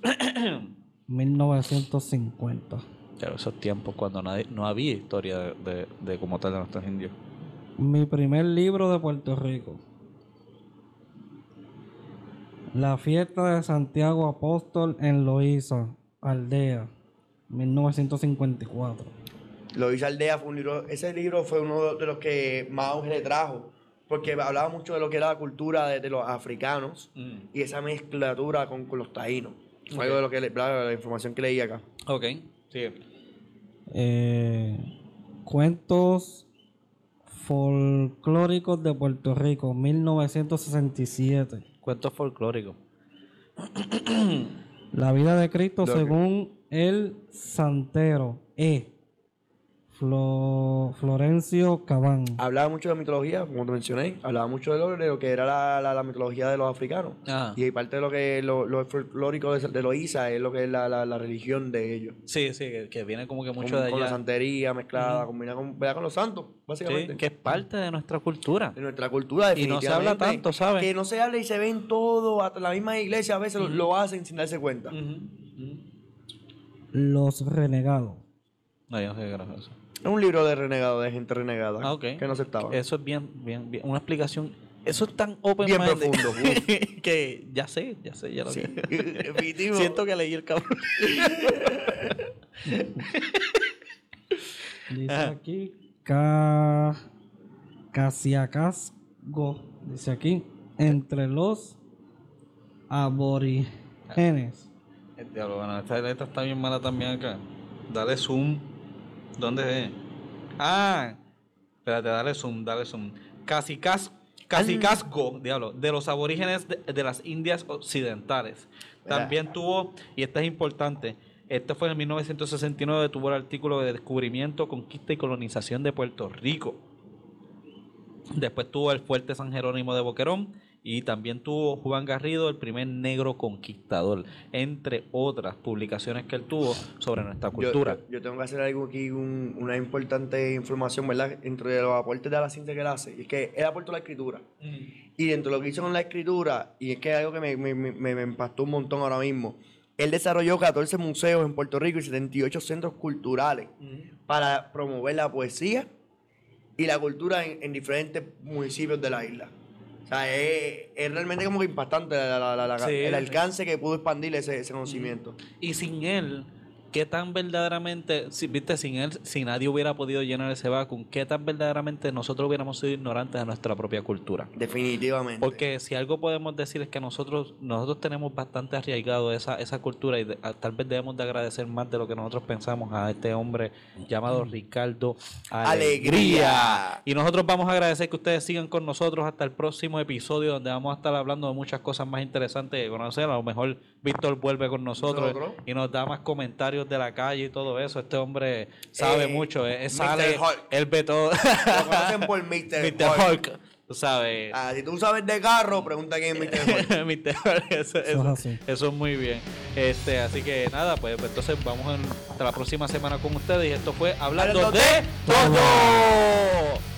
Speaker 3: 1950.
Speaker 1: (clears throat) Claro, esos tiempos cuando nadie, no había historia de, de, de como tal de nuestros indios.
Speaker 3: Mi primer libro de Puerto Rico. La fiesta de Santiago Apóstol en Loíza, Aldea, 1954.
Speaker 2: Lo hizo Aldea, fue un libro, ese libro fue uno de los que más auge le trajo, porque hablaba mucho de lo que era la cultura de, de los africanos
Speaker 1: Mm.
Speaker 2: y esa mezclatura con, con los taínos. Fue
Speaker 1: Ok.
Speaker 2: algo de lo que le- la, la información que leí acá.
Speaker 1: Ok, sí.
Speaker 3: Eh, cuentos Folclóricos de Puerto Rico, 1967.
Speaker 1: Cuentos folclóricos.
Speaker 3: La vida de Cristo
Speaker 2: Lo que-
Speaker 3: según el Santero E. Flo- Florencio Cabán.
Speaker 2: Hablaba mucho de mitología, como te mencioné, hablaba mucho de lo, de lo que era la, la- la mitología de los africanos.
Speaker 1: Ah.
Speaker 2: Y parte de lo que lo, lo folclórico de, de los Isa es lo que es la, la- la religión de ellos.
Speaker 1: Sí, sí, que, que viene como que mucho
Speaker 2: con,
Speaker 1: de
Speaker 2: con la
Speaker 1: allá.
Speaker 2: santería mezclada, combinada con, ¿verdad? con los santos,
Speaker 1: Sí,
Speaker 2: básicamente.
Speaker 1: que es parte de nuestra cultura.
Speaker 2: de nuestra cultura
Speaker 1: Y no se
Speaker 2: definitivamente.
Speaker 1: habla tanto, ¿sabes?
Speaker 2: Que no se habla y se ven todo, hasta la misma iglesia a veces lo, lo hacen sin darse cuenta.
Speaker 3: Los renegados.
Speaker 1: No, yo no sé qué carajo es eso.
Speaker 2: Es un libro de renegado, de gente renegada
Speaker 1: Ah, ok.
Speaker 2: que no aceptaba.
Speaker 1: Eso es bien, bien, bien- una explicación. Eso es tan open
Speaker 2: Bien
Speaker 1: minded (laughs)
Speaker 2: profundo,
Speaker 1: que ya sé, ya sé, ya lo
Speaker 2: Sí,
Speaker 1: sé.
Speaker 2: (laughs) definitivo.
Speaker 1: (laughs) Siento que leí el cabrón.
Speaker 3: Dice aquí ca... Casiacasgo. Dice aquí. Entre los aborígenes.
Speaker 1: El diablo, bueno, esta letra está bien mala también acá. Dale zoom. ¿Dónde es? Ah, espérate, dale zoom, dale zoom. Casi cas-
Speaker 2: Ah.
Speaker 1: casi casco, diablo, de los aborígenes de, de las Indias Occidentales.
Speaker 2: Mira.
Speaker 1: También tuvo, y esta es importante, este fue en 1969, tuvo el artículo de descubrimiento, conquista y colonización de Puerto Rico. Después tuvo el fuerte San Jerónimo de Boquerón y también tuvo Juan Garrido, el primer negro conquistador, entre otras publicaciones que él tuvo sobre nuestra
Speaker 2: Yo-
Speaker 1: cultura.
Speaker 2: Yo, yo tengo que hacer algo aquí, un- una importante información, ¿verdad? Entre los aportes de la ciencia que él hace. Y es que él aportó la escritura. Y dentro de lo que hizo con la escritura, y es que es algo que me, me, me, me- me impactó un montón ahora mismo, él desarrolló 14 museos en Puerto Rico y 78 centros culturales para promover la poesía y la cultura en, en diferentes municipios de la isla. O sea, es, es realmente como que impactante la- la- la- la-
Speaker 1: Sí.
Speaker 2: el alcance que pudo expandir ese, ese conocimiento.
Speaker 1: Y sin él, ¿qué tan verdaderamente, si, viste, sin él, si nadie hubiera podido llenar ese vacuum, qué tan verdaderamente nosotros hubiéramos sido ignorantes de nuestra propia cultura?
Speaker 2: Definitivamente.
Speaker 1: Porque si algo podemos decir es que nosotros nosotros tenemos bastante arraigado esa, esa cultura y de- a- tal vez debemos de agradecer más de lo que nosotros pensamos a este hombre llamado
Speaker 2: Mm.
Speaker 1: Ricardo Alegría.
Speaker 2: Alegría.
Speaker 1: Y nosotros vamos a agradecer que ustedes sigan con nosotros hasta el próximo episodio donde vamos a estar hablando de muchas cosas más interesantes que conocer. A lo mejor Víctor vuelve con nosotros
Speaker 2: Nosotros.
Speaker 1: y nos da más comentarios de la calle y todo eso. Este hombre sabe
Speaker 2: Eh,
Speaker 1: mucho, eh, eh,
Speaker 2: Mr.
Speaker 1: sale,
Speaker 2: Hulk.
Speaker 1: él ve todo. (laughs)
Speaker 2: Lo conocen por Mr.
Speaker 1: Mr.
Speaker 2: Hulk.
Speaker 1: Hulk, tú sabes.
Speaker 2: Ah, si tú sabes de carro, pregunta quién es
Speaker 1: (laughs)
Speaker 2: Mr. Hulk.
Speaker 1: Mi terror, eso, eso-
Speaker 3: así.
Speaker 1: eso es muy bien. Este, así que nada, pues, pues, entonces vamos en- hasta la próxima semana con ustedes. Y esto fue Hablando de
Speaker 2: Hablando de
Speaker 1: Todo.